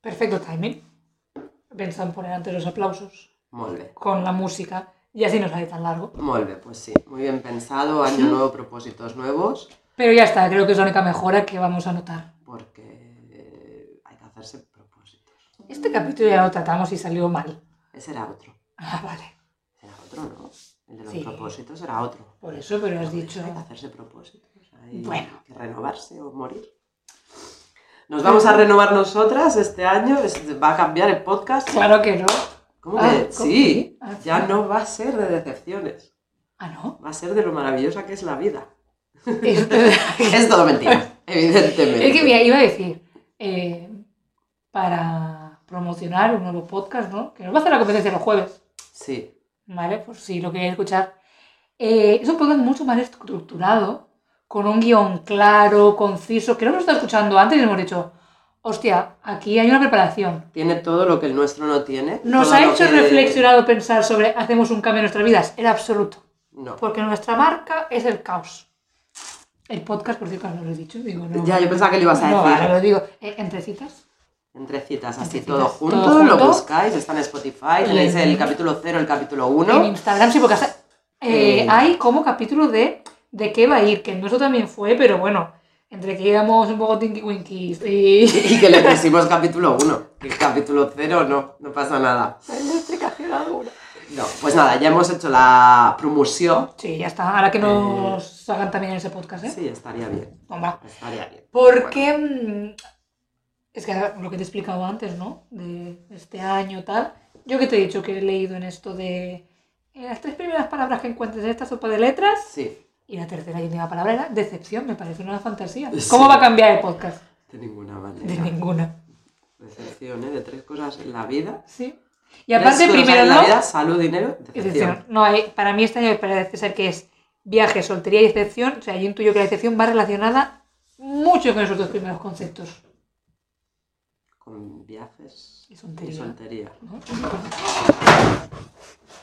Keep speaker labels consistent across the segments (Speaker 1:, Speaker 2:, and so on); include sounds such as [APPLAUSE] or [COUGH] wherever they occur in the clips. Speaker 1: Perfecto timing. Pensan poner antes los aplausos
Speaker 2: Molt bé.
Speaker 1: con la música y así no sale tan largo.
Speaker 2: Molt bé, pues sí. Muy bien pensado, año nuevo, propósitos nuevos,
Speaker 1: Pero ya está, creo que es la única mejora que vamos a notar.
Speaker 2: porque eh, hay que hacerse propósitos.
Speaker 1: Este capítulo ya lo tratamos y salió mal. [LAUGHS]
Speaker 2: Ese era otro.
Speaker 1: Ah, vale.
Speaker 2: Será otro, ¿no? El de los
Speaker 1: Sí.
Speaker 2: propósitos era otro.
Speaker 1: Por eso, pero has dicho...
Speaker 2: Hay que hacerse propósitos. Hay
Speaker 1: Bueno.
Speaker 2: que renovarse o morir. Nos vamos a renovar nosotras este año. es- Va a cambiar el podcast.
Speaker 1: Claro que no.
Speaker 2: ¿Cómo
Speaker 1: Ah,
Speaker 2: que?
Speaker 1: ¿cómo
Speaker 2: Sí.
Speaker 1: que? Ah,
Speaker 2: Ya
Speaker 1: sí.
Speaker 2: no va a ser de decepciones.
Speaker 1: Ah, no. [LAUGHS]
Speaker 2: Va a ser de lo maravillosa que es la vida.
Speaker 1: es
Speaker 2: Es todo
Speaker 1: [LAUGHS]
Speaker 2: mentira, evidentemente.
Speaker 1: que mira, iba a decir, eh, para promocionar un nuevo podcast, ¿no? Que nos va a hacer la competencia los jueves.
Speaker 2: Sí,
Speaker 1: ¿vale? Por si lo queréis escuchar. Eh, es un podcast mucho más estructurado, con un guión claro, conciso. Creo que lo está escuchando antes y hemos dicho, hostia, aquí hay una preparación.
Speaker 2: tiene todo lo que el nuestro no tiene.
Speaker 1: Nos
Speaker 2: todo
Speaker 1: ha
Speaker 2: lo
Speaker 1: hecho
Speaker 2: que-
Speaker 1: reflexionar o pensar sobre hacemos un cambio en nuestras vidas, en absoluto.
Speaker 2: No.
Speaker 1: Porque nuestra marca es el caos. El podcast, por cierto, no lo he dicho, digo, no.
Speaker 2: Ya, yo pensaba que lo ibas a
Speaker 1: No,
Speaker 2: decir.
Speaker 1: ahora lo digo, eh, entre citas.
Speaker 2: Entre citas, así
Speaker 1: Entre
Speaker 2: todo
Speaker 1: citas, todo
Speaker 2: junto, lo
Speaker 1: junto.
Speaker 2: buscáis, está en Spotify,
Speaker 1: Y
Speaker 2: tenéis
Speaker 1: en-
Speaker 2: el capítulo 0, el capítulo
Speaker 1: En
Speaker 2: 1.
Speaker 1: Instagram sí, porque hasta- eh,
Speaker 2: Eh.
Speaker 1: hay como capítulo de de qué va a ir, que el nuestro también fue, pero bueno, entre que íbamos un poco tinky winky
Speaker 2: [LAUGHS]
Speaker 1: y...
Speaker 2: [LAUGHS] Y que le pusimos capítulo 1. El capítulo 0 no, no pasa nada.
Speaker 1: [LAUGHS]
Speaker 2: No, pues nada, ya hemos hecho la promoción.
Speaker 1: Sí, ya está. Ahora que nos salgan también en ese podcast, ¿eh?
Speaker 2: Sí, estaría bien.
Speaker 1: Toma.
Speaker 2: Estaría bien.
Speaker 1: Porque... mm, Es que lo que te he explicado antes, ¿no? De este año, tal. Yo que te he dicho que he leído en esto de... eh, Las tres primeras palabras que encuentres en esta sopa de letras.
Speaker 2: Sí,
Speaker 1: Y la tercera y última palabra era decepción, me parece una fantasía.
Speaker 2: Sí.
Speaker 1: ¿Cómo va a cambiar el podcast?
Speaker 2: de ninguna
Speaker 1: De
Speaker 2: manera.
Speaker 1: ninguna.
Speaker 2: Decepción, ¿eh? De tres cosas en la vida.
Speaker 1: Sí. Y aparte,
Speaker 2: Tres cosas
Speaker 1: primero
Speaker 2: en la
Speaker 1: no.
Speaker 2: vida, salud, dinero,
Speaker 1: Excepción.
Speaker 2: decepción.
Speaker 1: No, hay, para mí este año parece ser que es viaje, soltería y excepción. O sea, yo intuyo que la excepción va relacionada mucho con esos dos primeros conceptos.
Speaker 2: Con viajes
Speaker 1: Y soltería.
Speaker 2: y soltería.
Speaker 1: ¿no?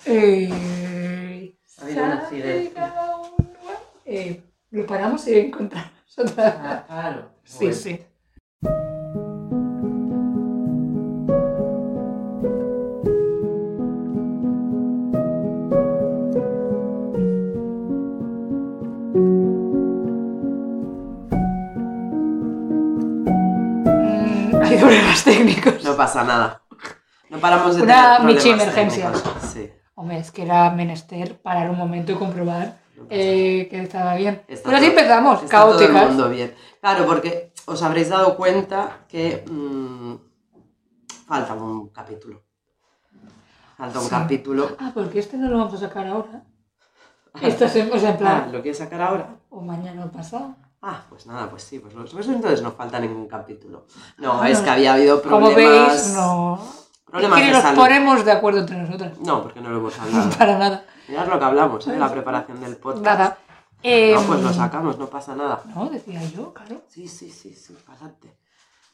Speaker 1: Eh,
Speaker 2: Ha habido un accidente.
Speaker 1: eh, lo paramos y encontramos otra
Speaker 2: Ah.
Speaker 1: vez.
Speaker 2: claro.
Speaker 1: Sí, sí. Mm, [LAUGHS] Hay problemas técnicos.
Speaker 2: No pasa nada. No paramos de
Speaker 1: Una
Speaker 2: tener problemas
Speaker 1: Michi emergencia.
Speaker 2: técnicos. Sí.
Speaker 1: Hombre, es que era menester parar un momento y comprobar
Speaker 2: no pasa nada.
Speaker 1: eh, que estaba bien.
Speaker 2: Está
Speaker 1: Pero así
Speaker 2: todo-
Speaker 1: empezamos,
Speaker 2: Está todo el
Speaker 1: caóticas.
Speaker 2: mundo bien. Claro, porque os habréis dado cuenta que mm, falta un capítulo. Falta un
Speaker 1: Sí.
Speaker 2: capítulo.
Speaker 1: Ah, porque este no lo vamos a sacar ahora. Esto es en, o sea, en
Speaker 2: Ah,
Speaker 1: plan,
Speaker 2: ¿Lo quieres sacar ahora?
Speaker 1: o mañana o pasado.
Speaker 2: Ah, pues nada, pues sí, pues, pues entonces no falta ningún capítulo. No,
Speaker 1: Ah,
Speaker 2: es
Speaker 1: no.
Speaker 2: que había habido
Speaker 1: Como
Speaker 2: problemas.
Speaker 1: veis, no. Es
Speaker 2: Problemas
Speaker 1: que
Speaker 2: de
Speaker 1: ni nos
Speaker 2: salud.
Speaker 1: ponemos de acuerdo entre nosotras.
Speaker 2: No, porque no lo hemos hablado.
Speaker 1: [LAUGHS] Para nada.
Speaker 2: Mirad lo que hablamos, ¿eh?
Speaker 1: [LAUGHS]
Speaker 2: La preparación del podcast.
Speaker 1: Nada. Eh,
Speaker 2: No, pues lo sacamos, no pasa nada.
Speaker 1: No, decía yo, claro.
Speaker 2: Sí, sí, sí, sí, pa'lante.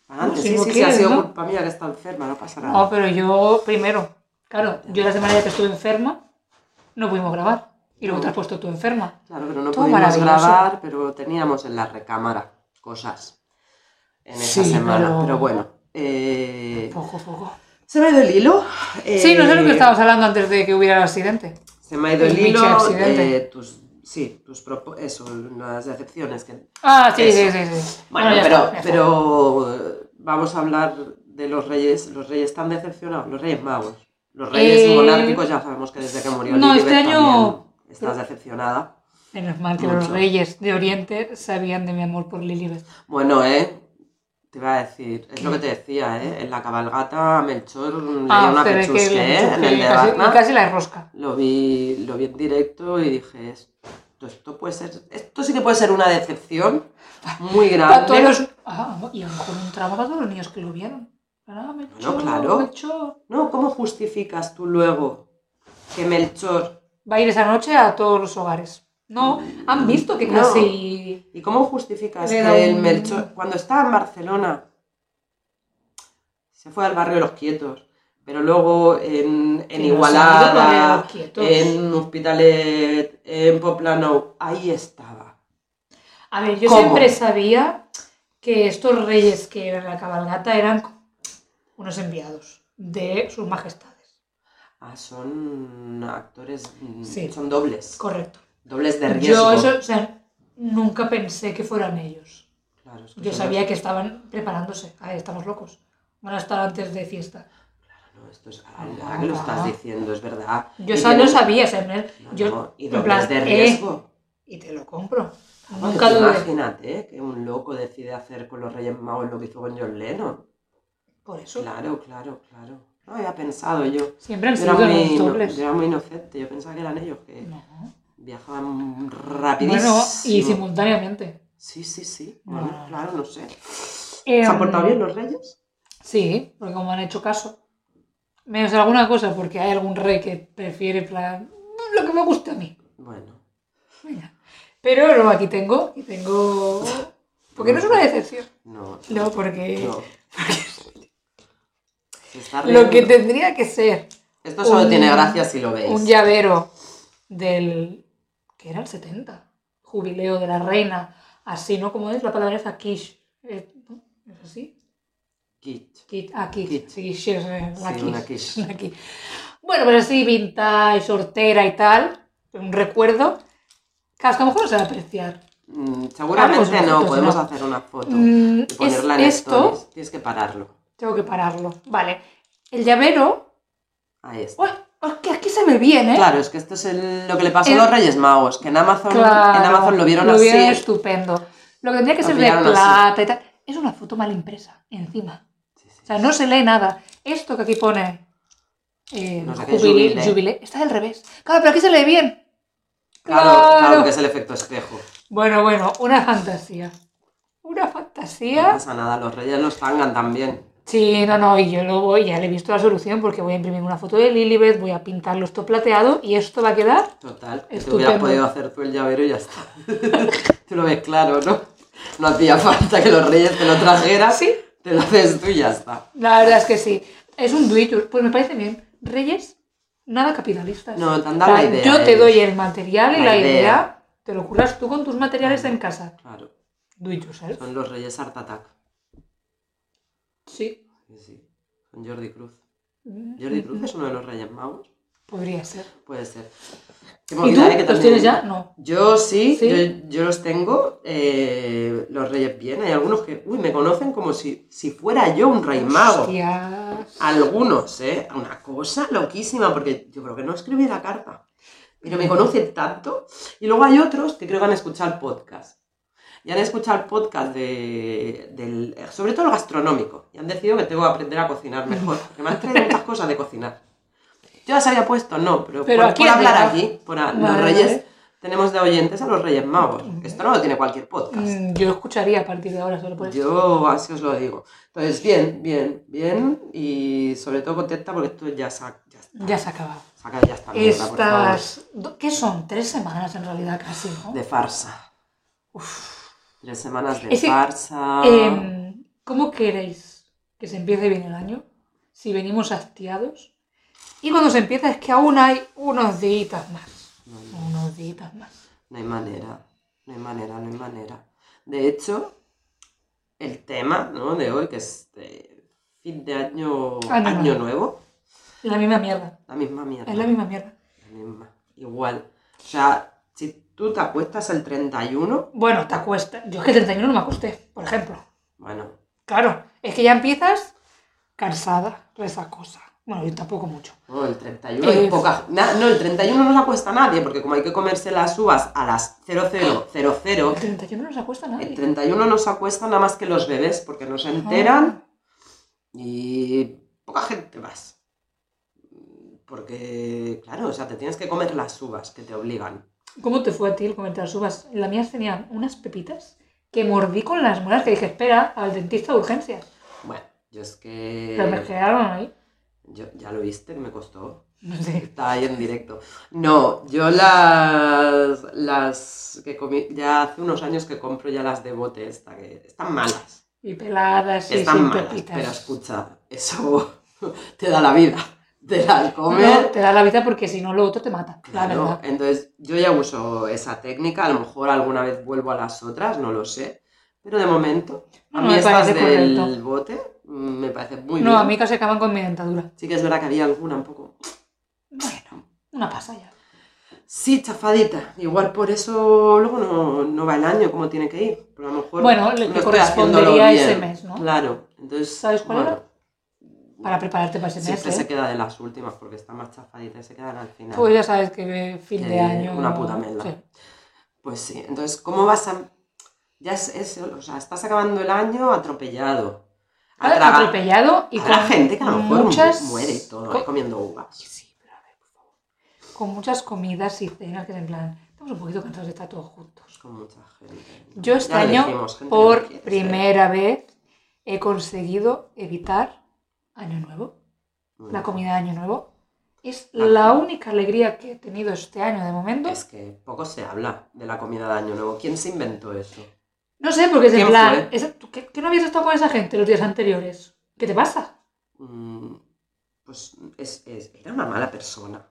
Speaker 2: Pa'lante,
Speaker 1: No, si
Speaker 2: sí,
Speaker 1: no
Speaker 2: sí, sí, ha
Speaker 1: quieres,
Speaker 2: sido
Speaker 1: ¿no?
Speaker 2: culpa mía que está enferma, no pasa nada.
Speaker 1: No, pero yo primero. Claro, yo la semana ya que estuve enferma, no pudimos grabar. Y luego te has puesto tú enferma.
Speaker 2: Claro, pero no
Speaker 1: Todo
Speaker 2: pudimos
Speaker 1: maravilloso.
Speaker 2: grabar, pero teníamos en la recámara cosas en esa
Speaker 1: Sí,
Speaker 2: semana. Pero,
Speaker 1: pero-
Speaker 2: bueno, eh,
Speaker 1: Poco, poco.
Speaker 2: se me ha ido el hilo. eh,
Speaker 1: Sí, no sé lo que estábamos hablando antes de que hubiera el accidente.
Speaker 2: Se me ha ido el,
Speaker 1: El pinche
Speaker 2: hilo.
Speaker 1: accidente.
Speaker 2: eh, tus, sí, tus propo- eso, las decepciones que
Speaker 1: Ah, sí,
Speaker 2: Eso.
Speaker 1: sí, sí, sí.
Speaker 2: Bueno,
Speaker 1: ya
Speaker 2: pero,
Speaker 1: está, ya está.
Speaker 2: pero eh, vamos a hablar de los reyes. Los reyes están decepcionados, los reyes magos. Los reyes
Speaker 1: Eh,
Speaker 2: monárquicos ya sabemos que desde que murió
Speaker 1: no,
Speaker 2: Elizabeth
Speaker 1: este año-
Speaker 2: también estás decepcionada.
Speaker 1: Menos mal que los
Speaker 2: Mucho.
Speaker 1: reyes de Oriente sabían de mi amor por Lilibet.
Speaker 2: Bueno, eh, te iba a decir, es lo que te decía, eh, en la cabalgata Melchor le dio una
Speaker 1: Ah, se ve
Speaker 2: pechusque,
Speaker 1: le
Speaker 2: eh, en
Speaker 1: chusqué
Speaker 2: el de
Speaker 1: casi,
Speaker 2: Barna.
Speaker 1: casi la rosca.
Speaker 2: Lo vi, lo vi en directo y dije, esto, esto puede ser, esto sí que puede ser una decepción
Speaker 1: [LAUGHS]
Speaker 2: muy grande.
Speaker 1: Para todos los... Ah, y a lo mejor un trabajo a todos los niños que lo vieron. Ah, Melchor,
Speaker 2: No, claro.
Speaker 1: Melchor.
Speaker 2: No, ¿cómo justificas tú luego que Melchor
Speaker 1: Va a ir esa noche a todos los hogares. No, han visto que
Speaker 2: Mm, No.
Speaker 1: casi...
Speaker 2: ¿Y cómo justificas
Speaker 1: Le
Speaker 2: que
Speaker 1: da
Speaker 2: el
Speaker 1: un-
Speaker 2: Melchor, cuando estaba en Barcelona, se fue al barrio de los quietos, Pero luego en, en
Speaker 1: Que nos han
Speaker 2: Igualada,
Speaker 1: ido poniendo quietos.
Speaker 2: en Hospitalet, en Poplano, ahí estaba.
Speaker 1: A ver, yo
Speaker 2: ¿Cómo?
Speaker 1: siempre sabía que estos reyes que eran la cabalgata eran unos enviados de sus majestades.
Speaker 2: Ah, son actores, mm,
Speaker 1: Sí.
Speaker 2: son dobles,
Speaker 1: Correcto.
Speaker 2: dobles de
Speaker 1: Yo
Speaker 2: riesgo.
Speaker 1: eso, o sea, nunca pensé que fueran ellos.
Speaker 2: Claro, es que
Speaker 1: Yo
Speaker 2: son
Speaker 1: sabía que estaban preparándose. Ay, estamos locos. Van a estar antes de fiesta.
Speaker 2: No, esto es ahora que lo estás
Speaker 1: Ah.
Speaker 2: diciendo, es verdad.
Speaker 1: Yo
Speaker 2: Y
Speaker 1: eso no
Speaker 2: tienen-
Speaker 1: sabía, o sea, no-
Speaker 2: No,
Speaker 1: yo
Speaker 2: no, y
Speaker 1: en
Speaker 2: dobles
Speaker 1: plan,
Speaker 2: de
Speaker 1: eh,
Speaker 2: riesgo.
Speaker 1: y te lo compro.
Speaker 2: Ah, pues
Speaker 1: Nunca dudé.
Speaker 2: imagínate eh, que un loco decide hacer con los Reyes Magos lo que hizo con John Lennon.
Speaker 1: Por eso.
Speaker 2: Claro, claro, claro. No había pensado yo.
Speaker 1: Siempre han
Speaker 2: Yo
Speaker 1: sido
Speaker 2: era, muy,
Speaker 1: los
Speaker 2: ino-
Speaker 1: dobles.
Speaker 2: yo era muy inocente, yo pensaba que eran ellos que
Speaker 1: No.
Speaker 2: viajaban
Speaker 1: Bueno,
Speaker 2: rapidísimo.
Speaker 1: y simultáneamente.
Speaker 2: Sí, sí, sí.
Speaker 1: No.
Speaker 2: Bueno, claro, no sé. ¿Se
Speaker 1: Em,
Speaker 2: han portado bien los reyes?
Speaker 1: Sí, porque como han hecho caso. Menos alguna cosa, porque hay algún rey que prefiere en plan lo que me gusta a mí.
Speaker 2: Bueno.
Speaker 1: Venga. Pero luego aquí tengo, y
Speaker 2: [LAUGHS]
Speaker 1: tengo. Porque no es una decepción.
Speaker 2: No.
Speaker 1: No, porque [LAUGHS]
Speaker 2: no. Se está
Speaker 1: lo que
Speaker 2: riendo.
Speaker 1: tendría que ser
Speaker 2: Esto solo
Speaker 1: un-
Speaker 2: tiene gracia si lo veis.
Speaker 1: un llavero del. que era el 70, jubileo de la reina, así, ¿no? Como es la palabra esa, quiche. Eh, ¿no? ¿Es así?
Speaker 2: Kit.
Speaker 1: Kit, ah, kit,
Speaker 2: Kit.
Speaker 1: sí, sí, es eh, la
Speaker 2: Sí,
Speaker 1: kit,
Speaker 2: una kit.
Speaker 1: [LAUGHS] una kit. Bueno, pero sí, vintage, sortera y tal, un recuerdo. Claro, es que a lo mejor no se va a apreciar.
Speaker 2: Mm, seguramente
Speaker 1: Hagamos una
Speaker 2: no,
Speaker 1: foto,
Speaker 2: podemos
Speaker 1: no.
Speaker 2: hacer una foto
Speaker 1: Mm,
Speaker 2: y
Speaker 1: es
Speaker 2: ponerla en
Speaker 1: esto,
Speaker 2: stories. Tienes que pararlo.
Speaker 1: tengo que pararlo. Vale, el llavero.
Speaker 2: Ahí está.
Speaker 1: Uy, es que aquí se ve bien, ¿eh?
Speaker 2: Claro, es que esto es el- lo que le pasó
Speaker 1: El-
Speaker 2: a los Reyes Magos, que en Amazon,
Speaker 1: Claro,
Speaker 2: en Amazon lo vieron así.
Speaker 1: estupendo. Lo que tendría que
Speaker 2: Lo
Speaker 1: ser de
Speaker 2: pillaron así.
Speaker 1: plata y tal. Es una foto mal impresa, encima.
Speaker 2: Sí, sí.
Speaker 1: O sea, no se lee nada. Esto que aquí pone. Eh,
Speaker 2: No sé qué,
Speaker 1: jubilé,
Speaker 2: jubilé.
Speaker 1: jubilé, Está del revés. Claro, pero aquí se lee bien.
Speaker 2: Claro, claro, que es el efecto espejo.
Speaker 1: Bueno, bueno, una fantasía. Una
Speaker 2: No
Speaker 1: fantasía.
Speaker 2: pasa nada, los reyes los tangan también.
Speaker 1: Sí, no, no, y yo lo voy, ya le he visto la solución porque voy a imprimir una foto de Lilibet, voy a pintarlo esto plateado y esto va a quedar.
Speaker 2: Total, que te
Speaker 1: Estupendo.
Speaker 2: hubieras podido hacer tú el llavero y ya está. [LAUGHS] tú lo ves claro, ¿no? No hacía falta que los reyes te lo trajeran.
Speaker 1: Sí.
Speaker 2: Te lo haces tú y ya está.
Speaker 1: La verdad es que sí. Es un duitur, pues me parece bien. Reyes, nada capitalistas.
Speaker 2: No, te han dado
Speaker 1: O sea,
Speaker 2: la idea,
Speaker 1: Yo te
Speaker 2: ellos.
Speaker 1: doy el material y
Speaker 2: La
Speaker 1: la idea.
Speaker 2: idea.
Speaker 1: te lo curras tú con tus materiales en casa.
Speaker 2: Claro,
Speaker 1: Do it yourself.
Speaker 2: son los reyes Art Attack.
Speaker 1: Sí,
Speaker 2: Sí, sí. Son Jordi Cruz. Jordi Cruz es uno de los reyes magos.
Speaker 1: podría ser.
Speaker 2: Puede ser. Qué
Speaker 1: ¿Y
Speaker 2: movida,
Speaker 1: tú?
Speaker 2: ¿eh? Que
Speaker 1: ¿Los
Speaker 2: también-
Speaker 1: tienes ya? No.
Speaker 2: Yo sí,
Speaker 1: ¿Sí?
Speaker 2: Yo, yo los tengo, eh, los reyes bien. Hay algunos que, uy, me conocen como si, si fuera yo un rey
Speaker 1: Pues
Speaker 2: mago.
Speaker 1: Hostias.
Speaker 2: Algunos, ¿eh? Una cosa loquísima, porque yo creo que no escribí la carta. Pero me conocen tanto. Y luego hay otros que creo que han escuchado el podcast. Y han escuchado el podcast de, del, sobre todo el gastronómico. Y han decidido que tengo que aprender a cocinar mejor. Porque me han traído muchas cosas de cocinar. Yo las había puesto, no, pero,
Speaker 1: Pero
Speaker 2: por,
Speaker 1: aquí
Speaker 2: por
Speaker 1: has
Speaker 2: hablar
Speaker 1: llegado.
Speaker 2: aquí, por a- los
Speaker 1: Vale,
Speaker 2: reyes,
Speaker 1: vale.
Speaker 2: tenemos de oyentes a los reyes magos. que Esto no lo tiene cualquier podcast.
Speaker 1: Mm, Yo escucharía a partir de ahora solo por eso.
Speaker 2: Yo así os lo digo. Entonces, bien, bien, bien. Y sobre todo contenta porque esto ya, sa- ya está.
Speaker 1: Ya se ha acabado.
Speaker 2: Saca ya esta Ah, mierda, por favor.
Speaker 1: Estas. do- ¿Qué son? Tres semanas en realidad casi, ¿no?
Speaker 2: De farsa. Tres semanas de
Speaker 1: Es que,
Speaker 2: farsa.
Speaker 1: Em, ¿Cómo queréis que se empiece bien el año? Si venimos hastiados. Y cuando se empieza es que aún hay unos días más.
Speaker 2: No, no,
Speaker 1: Unos días más.
Speaker 2: no hay manera. No hay manera, no hay manera. De hecho, el tema ¿no? de hoy, que es de fin de año,
Speaker 1: Año
Speaker 2: año nuevo.
Speaker 1: La misma mierda.
Speaker 2: la misma mierda.
Speaker 1: Es la misma mierda.
Speaker 2: La misma. Igual. O sea, si tú te acuestas el 31,
Speaker 1: Bueno, te acuestas. Yo es que el 31 no me acosté, por ejemplo.
Speaker 2: bueno,
Speaker 1: Claro, es que ya empiezas cansada, resacosa. Bueno, yo tampoco mucho.
Speaker 2: No, el 31 hay
Speaker 1: Eh,
Speaker 2: poca- na- no, el 31 no se acuesta nadie, porque como hay que comerse las uvas a las 0000,
Speaker 1: El 31 no se acuesta nadie.
Speaker 2: el 31 no se acuesta nada más que los bebés, porque no se
Speaker 1: Ah.
Speaker 2: enteran y poca gente más. Porque, claro, o sea, te tienes que comer las uvas que te obligan.
Speaker 1: ¿Cómo te fue a ti el comentar las uvas? Las mías tenían unas pepitas que mordí con las muelas que dije, espera, al dentista de urgencias.
Speaker 2: Bueno, yo es
Speaker 1: Pero me
Speaker 2: que...
Speaker 1: quedaron ahí.
Speaker 2: yo- ya lo viste, me costó.
Speaker 1: No sé.
Speaker 2: Estaba ahí en directo. No, yo las, las que comí, ya hace unos años que compro ya las de bote esta, que están malas.
Speaker 1: Y peladas y
Speaker 2: están
Speaker 1: sin
Speaker 2: malas,
Speaker 1: pepitas.
Speaker 2: pero escucha, eso [LAUGHS] te da la vida. Te da el comer.
Speaker 1: No, te da la vida porque si no, lo otro te mata.
Speaker 2: Claro,
Speaker 1: La verdad.
Speaker 2: entonces yo ya uso esa técnica, a lo mejor alguna vez vuelvo a las otras, no lo sé, pero de momento
Speaker 1: No,
Speaker 2: a
Speaker 1: no
Speaker 2: mí
Speaker 1: me
Speaker 2: estas
Speaker 1: parece
Speaker 2: del
Speaker 1: correcto.
Speaker 2: bote mm, me parece muy
Speaker 1: No,
Speaker 2: bien.
Speaker 1: a mí casi acaban con mi dentadura.
Speaker 2: Sí que es verdad que había alguna un poco.
Speaker 1: Bueno, una pasa ya.
Speaker 2: Sí, chafadita. Igual por eso luego no, no va el año como tiene que ir. Pero a lo mejor
Speaker 1: Bueno, le-
Speaker 2: no
Speaker 1: te
Speaker 2: estoy haciéndolo
Speaker 1: correspondería
Speaker 2: bien.
Speaker 1: ese mes, ¿no?
Speaker 2: Claro, entonces.
Speaker 1: ¿Sabes cuál
Speaker 2: bueno,
Speaker 1: era? Para prepararte para ese mes.
Speaker 2: Siempre
Speaker 1: ¿eh?
Speaker 2: se queda de las últimas porque está más chafadita y se quedan al final.
Speaker 1: Pues ya sabes que eh, fin de
Speaker 2: Que
Speaker 1: año.
Speaker 2: una puta merda.
Speaker 1: sí.
Speaker 2: Pues sí, entonces, ¿cómo vas a...? Ya es eso, o sea, estás acabando el año atropellado. Atraga-
Speaker 1: Atropellado y
Speaker 2: Habrá gente que a lo mejor
Speaker 1: muchas-
Speaker 2: muere y todo,
Speaker 1: con-
Speaker 2: eh, comiendo uvas.
Speaker 1: Sí, pero a ver, por favor. Con muchas comidas y cenas que es en plan, estamos un poquito cansados de estar todos juntos.
Speaker 2: Con mucha gente.
Speaker 1: Yo este
Speaker 2: Ya
Speaker 1: año,
Speaker 2: elegimos gente que no
Speaker 1: por
Speaker 2: quieres, eh.
Speaker 1: primera vez, he conseguido evitar Año Nuevo,
Speaker 2: Bueno,
Speaker 1: la comida de Año Nuevo. Es
Speaker 2: Ah.
Speaker 1: la única alegría que he tenido este año de momento.
Speaker 2: Es que poco se habla de la comida de Año Nuevo. ¿Quién se inventó eso?
Speaker 1: No sé, porque es en
Speaker 2: ¿Quién
Speaker 1: plan, es- ¿tú qué, qué no habías estado con esa gente los días anteriores? ¿Qué te pasa?
Speaker 2: Mm, Pues es, es- era una mala persona.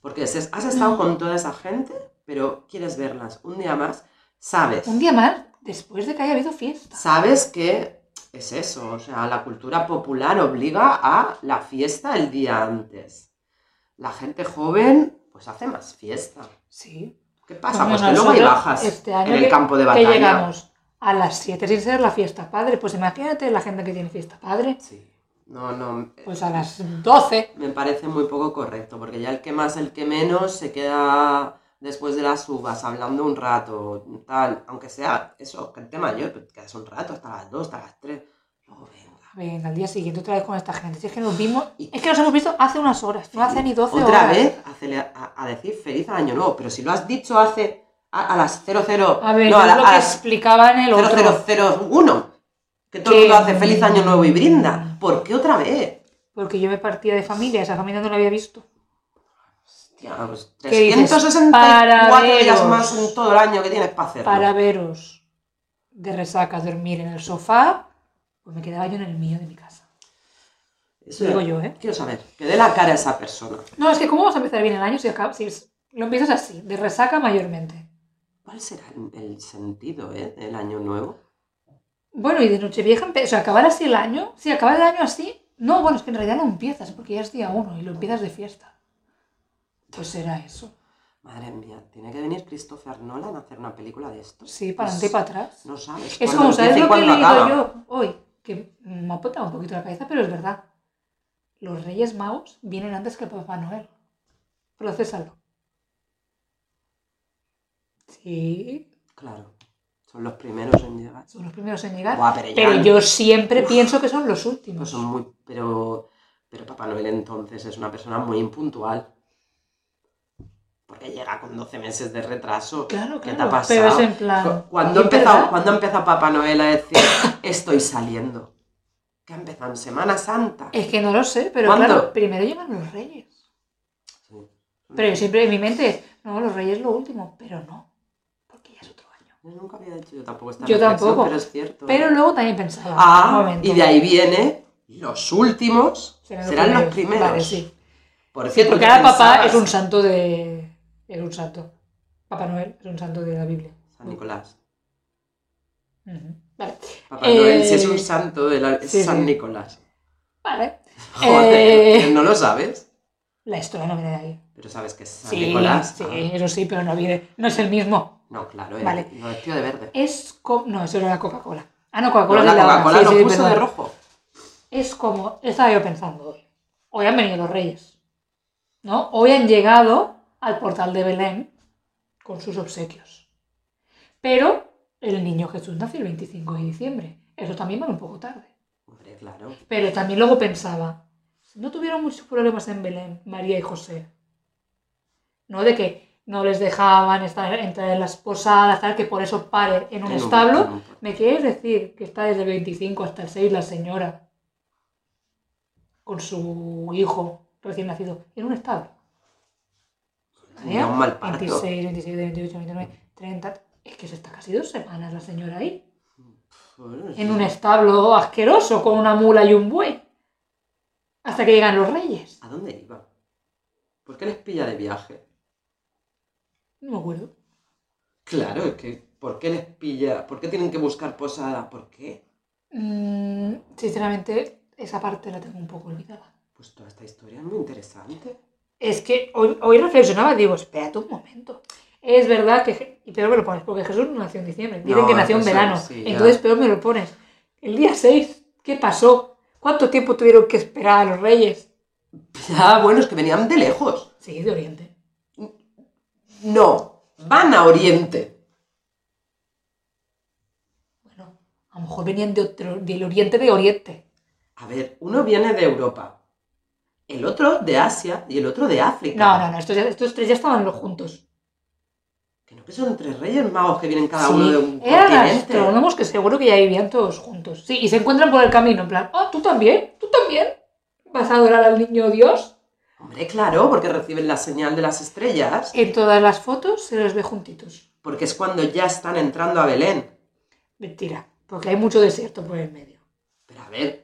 Speaker 2: Porque se- has estado con toda esa gente, pero quieres verlas un día más, sabes.
Speaker 1: Un día más después de que haya habido fiesta.
Speaker 2: Sabes que es eso, o sea, la cultura popular obliga a la fiesta el día antes. La gente joven, pues hace más fiesta.
Speaker 1: Sí,
Speaker 2: ¿Qué pasa?
Speaker 1: Coño,
Speaker 2: pues que luego ahí
Speaker 1: nosotros
Speaker 2: bajas
Speaker 1: este año
Speaker 2: en el
Speaker 1: que-
Speaker 2: campo de
Speaker 1: que
Speaker 2: batalla.
Speaker 1: llegamos a las 7 sin ser la fiesta padre. Pues imagínate la gente que tiene fiesta padre.
Speaker 2: Sí. No, no. eh,
Speaker 1: Pues a las 12.
Speaker 2: Me parece muy poco correcto, porque ya el que más, el que menos se queda después de las uvas hablando un rato, tal, aunque sea eso, gente mayor, pero te quedas un rato, hasta las 2, hasta las 3. Luego venga.
Speaker 1: Venga, al día siguiente otra vez con esta gente. Si es que nos vimos.
Speaker 2: Y-
Speaker 1: Es que nos hemos visto hace unas horas. No hace ni 12
Speaker 2: Otra
Speaker 1: horas.
Speaker 2: vez a, cele- a- a decir feliz año nuevo, pero si lo has dicho hace a, a las 00,
Speaker 1: A ver,
Speaker 2: no, a,
Speaker 1: es
Speaker 2: la-
Speaker 1: lo
Speaker 2: a
Speaker 1: que
Speaker 2: las
Speaker 1: explicaba en el otro.
Speaker 2: 0001, que todo el
Speaker 1: Que- Mm.
Speaker 2: mundo hace feliz año nuevo y brinda. ¿Por qué otra vez?
Speaker 1: Porque yo me partía de familia. Esa familia no la había visto.
Speaker 2: Hostia, pues
Speaker 1: ¿Qué dices?
Speaker 2: 364 días
Speaker 1: Paraderos.
Speaker 2: más en todo el año que tienes para hacer.
Speaker 1: Para veros de resaca, dormir en el sofá. Pues me quedaba yo en el mío de mi casa.
Speaker 2: Eso
Speaker 1: digo
Speaker 2: ya-
Speaker 1: yo, ¿eh?
Speaker 2: Quiero saber, que dé la cara a esa persona.
Speaker 1: No, es que ¿cómo vas a empezar bien el año si, acab- si es- lo empiezas así? De resaca mayormente.
Speaker 2: ¿Cuál será el- el sentido eh, del año nuevo?
Speaker 1: Bueno, y de Nochevieja, empe- o sea, acabar así el año, si acabar el año así, no, bueno, es que en realidad no empiezas, porque ya es día uno y lo empiezas de fiesta. Pues será eso.
Speaker 2: Madre mía, tiene que venir Christopher Nolan a hacer una película de esto.
Speaker 1: Sí, para
Speaker 2: No
Speaker 1: adelante y para atrás.
Speaker 2: No sabes.
Speaker 1: es
Speaker 2: cuándo
Speaker 1: como, ¿sabes
Speaker 2: Pues empieza
Speaker 1: lo
Speaker 2: y
Speaker 1: que he
Speaker 2: cuándo
Speaker 1: leído
Speaker 2: acaba.
Speaker 1: yo hoy? Que me ha apuntado un poquito la cabeza, pero es verdad. Los Reyes Magos vienen antes que Papá Noel. Procésalo. Sí,
Speaker 2: Claro, son los primeros en llegar.
Speaker 1: son los primeros en llegar.
Speaker 2: Buah, pero
Speaker 1: Pero
Speaker 2: llegan-
Speaker 1: yo siempre
Speaker 2: Uf.
Speaker 1: pienso que son los
Speaker 2: no
Speaker 1: últimos.
Speaker 2: son muy, pero, pero Papá Noel entonces es una persona muy impuntual. Porque llega con 12 meses de retraso.
Speaker 1: Claro,
Speaker 2: ¿Qué te
Speaker 1: claro,
Speaker 2: ha pasado?
Speaker 1: pero es en plan,
Speaker 2: Cu- ¿Cuándo
Speaker 1: ¿es
Speaker 2: empezó,
Speaker 1: verdad?
Speaker 2: ¿Cuándo empezó Papá Noel a decir estoy saliendo? Que ha empezado en Semana Santa.
Speaker 1: Es que no lo sé, pero
Speaker 2: ¿Cuándo?
Speaker 1: claro, primero llegan los reyes.
Speaker 2: Sí.
Speaker 1: Pero
Speaker 2: Mm.
Speaker 1: yo siempre en mi mente es, no, los reyes lo último, pero no, porque ya es otro año.
Speaker 2: Yo nunca había hecho yo tampoco esta
Speaker 1: Yo
Speaker 2: reflexión,
Speaker 1: tampoco.
Speaker 2: pero es cierto. ¿eh?
Speaker 1: Pero luego también pensaba, un
Speaker 2: Mm. Ah,
Speaker 1: momento,
Speaker 2: y de ahí viene los últimos serán, los primeros.
Speaker 1: Vale, sí.
Speaker 2: ¿Por
Speaker 1: Sí,
Speaker 2: qué?
Speaker 1: porque
Speaker 2: ¿Tú
Speaker 1: ahora papá
Speaker 2: pensabas?
Speaker 1: es un santo de... es un santo. Papá Noel es un santo de la Biblia.
Speaker 2: San Nicolás.
Speaker 1: Ujú. Vale,
Speaker 2: Papá Noel, si es
Speaker 1: Eh,
Speaker 2: un santo, de la- es
Speaker 1: sí,
Speaker 2: San
Speaker 1: sí.
Speaker 2: Nicolás.
Speaker 1: vale.
Speaker 2: Joder,
Speaker 1: Eh,
Speaker 2: no lo sabes,
Speaker 1: La historia no viene de ahí.
Speaker 2: pero sabes que es San
Speaker 1: Sí,
Speaker 2: Nicolás.
Speaker 1: sí,
Speaker 2: Ah,
Speaker 1: eso sí, pero no viene, no es el mismo.
Speaker 2: no, claro,
Speaker 1: Vale.
Speaker 2: vale. lo vestido de verde.
Speaker 1: Es como... no, eso era la Coca-Cola. Ah, no,
Speaker 2: Pero
Speaker 1: Coca-Cola
Speaker 2: la
Speaker 1: es de la otra.
Speaker 2: Coca-Cola
Speaker 1: Sí,
Speaker 2: lo
Speaker 1: sí,
Speaker 2: puso de
Speaker 1: perdón.
Speaker 2: rojo.
Speaker 1: es como, estaba yo pensando hoy, hoy han venido los reyes, ¿no? Hoy han llegado al portal de Belén con sus obsequios. Pero el niño Jesús nació el 25 de diciembre, eso también va un poco tarde.
Speaker 2: Hombre, claro.
Speaker 1: Pero también luego pensaba, no tuvieron muchos problemas en Belén, María y José. ¿No? De que no les dejaban estar, entrar en las posadas, tal, que por eso pare en un
Speaker 2: En un-
Speaker 1: establo.
Speaker 2: en un-
Speaker 1: ¿Me quieres decir que está desde el 25 hasta el 6 la señora con su hijo recién nacido en un establo?
Speaker 2: Tenía un mal parto.
Speaker 1: 26, 27, 28, 29, 30. Es que se está casi dos semanas la señora ahí.
Speaker 2: Joder,
Speaker 1: En un establo asqueroso con una mula y un buey. Hasta que llegan los reyes.
Speaker 2: ¿A dónde iba? ¿Por qué les pilla de viaje?
Speaker 1: No me acuerdo.
Speaker 2: Claro, es que ¿por qué les pilla? ¿Por qué tienen que buscar posada? ¿Por qué?
Speaker 1: Mm, sinceramente, esa parte la tengo un poco olvidada.
Speaker 2: Pues toda esta historia es muy interesante. [LAUGHS]
Speaker 1: Es que hoy, hoy reflexionaba, digo, espérate un momento. Es verdad que, Je- y peor me lo pones, porque Jesús no nació en diciembre. Dicen
Speaker 2: No,
Speaker 1: que nació en
Speaker 2: Jesús,
Speaker 1: verano.
Speaker 2: sí, ya.
Speaker 1: Entonces peor me lo pones. El día 6, ¿qué pasó? ¿Cuánto tiempo tuvieron que esperar a los reyes?
Speaker 2: Ah, bueno, es que venían de lejos.
Speaker 1: Sí, de Oriente.
Speaker 2: No, van a Oriente.
Speaker 1: Bueno, a lo mejor venían de otro, del Oriente de Oriente.
Speaker 2: A ver, uno viene de Europa, el otro de Asia y el otro de África.
Speaker 1: No, no, no, estos, ya- estos tres ya estaban los juntos.
Speaker 2: Que no que son tres reyes magos que vienen cada
Speaker 1: Sí,
Speaker 2: uno de un
Speaker 1: eran
Speaker 2: continente.
Speaker 1: astrónomos que seguro que ya vivían todos juntos. Sí, y se encuentran por el camino, en plan, ah, tú también, tú también. ¿Vas a adorar al niño Dios?
Speaker 2: Hombre, claro, porque reciben la señal de las estrellas,
Speaker 1: En todas las fotos se los ve juntitos.
Speaker 2: porque es cuando ya están entrando a Belén.
Speaker 1: Mentira, porque hay mucho desierto por el medio.
Speaker 2: Pero a ver,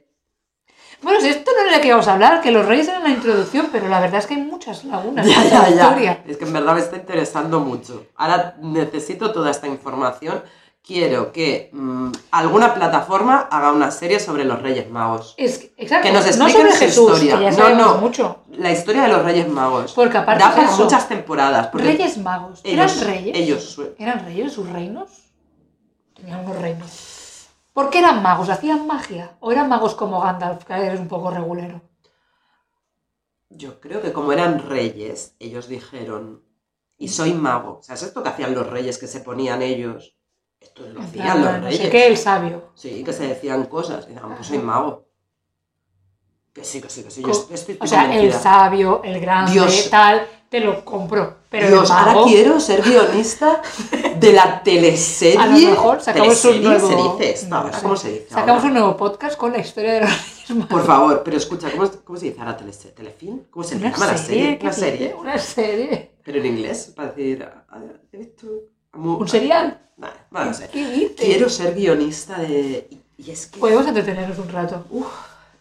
Speaker 1: Bueno, si esto no era lo que íbamos a hablar, que los reyes eran la introducción, pero la verdad es que hay muchas lagunas
Speaker 2: [LAUGHS] ya,
Speaker 1: en
Speaker 2: ya,
Speaker 1: la
Speaker 2: ya.
Speaker 1: historia.
Speaker 2: Es que en verdad me está interesando mucho. Ahora necesito toda esta información. Quiero que mm, alguna plataforma haga una serie sobre los Reyes Magos.
Speaker 1: Es que, exacto,
Speaker 2: Que nos
Speaker 1: no
Speaker 2: expliquen
Speaker 1: sobre
Speaker 2: su
Speaker 1: Jesús,
Speaker 2: historia.
Speaker 1: que ya
Speaker 2: No,
Speaker 1: sabemos
Speaker 2: no.
Speaker 1: mucho.
Speaker 2: La historia de los Reyes Magos.
Speaker 1: Porque aparte
Speaker 2: da
Speaker 1: es
Speaker 2: para
Speaker 1: eso.
Speaker 2: muchas temporadas. porque
Speaker 1: Reyes magos.
Speaker 2: ellos-
Speaker 1: ¿Eran reyes?
Speaker 2: Ellos. su-
Speaker 1: ¿Eran reyes sus reinos? Tenían unos reinos. ¿Por qué eran magos? ¿Hacían magia? ¿O eran magos como Gandalf, que eres un poco regulero?
Speaker 2: Yo creo que como eran reyes, ellos dijeron, y soy mago. O sea, es esto que hacían los reyes, que se ponían ellos. Esto lo
Speaker 1: En plan,
Speaker 2: hacían los
Speaker 1: no
Speaker 2: reyes.
Speaker 1: sé qué, el sabio.
Speaker 2: Sí, que se decían cosas. Y decían, pues soy
Speaker 1: Ajá.
Speaker 2: mago. Que sí, que sí, que sí. Yo
Speaker 1: Co-
Speaker 2: estoy, estoy
Speaker 1: O sea, el
Speaker 2: convencida.
Speaker 1: sabio, el grande,
Speaker 2: Dios.
Speaker 1: tal, te lo compro. Pero el
Speaker 2: Dios, ahora
Speaker 1: mago,
Speaker 2: quiero ser guionista de la teleserie.
Speaker 1: a lo mejor sacamos un
Speaker 2: Teleserie,
Speaker 1: nuevo...
Speaker 2: se dice esto?
Speaker 1: no
Speaker 2: ahora?
Speaker 1: sé.
Speaker 2: ¿Cómo se dice?
Speaker 1: Sacamos
Speaker 2: ahora?
Speaker 1: un nuevo podcast con la historia de los reyes magos.
Speaker 2: Por favor, pero escucha, ¿cómo, cómo se dice ahora telese- telefilm? ¿Cómo se le llama la serie?
Speaker 1: ¿qué
Speaker 2: ¿Una
Speaker 1: tiene?
Speaker 2: serie?
Speaker 1: Una serie.
Speaker 2: Pero en inglés, para decir, ah, ¿he visto?
Speaker 1: Un serial.
Speaker 2: Nah, no lo sé.
Speaker 1: ¿Qué dices?
Speaker 2: Quiero ser guionista de... Y, y es que...
Speaker 1: Podemos entretenernos un rato.
Speaker 2: uf,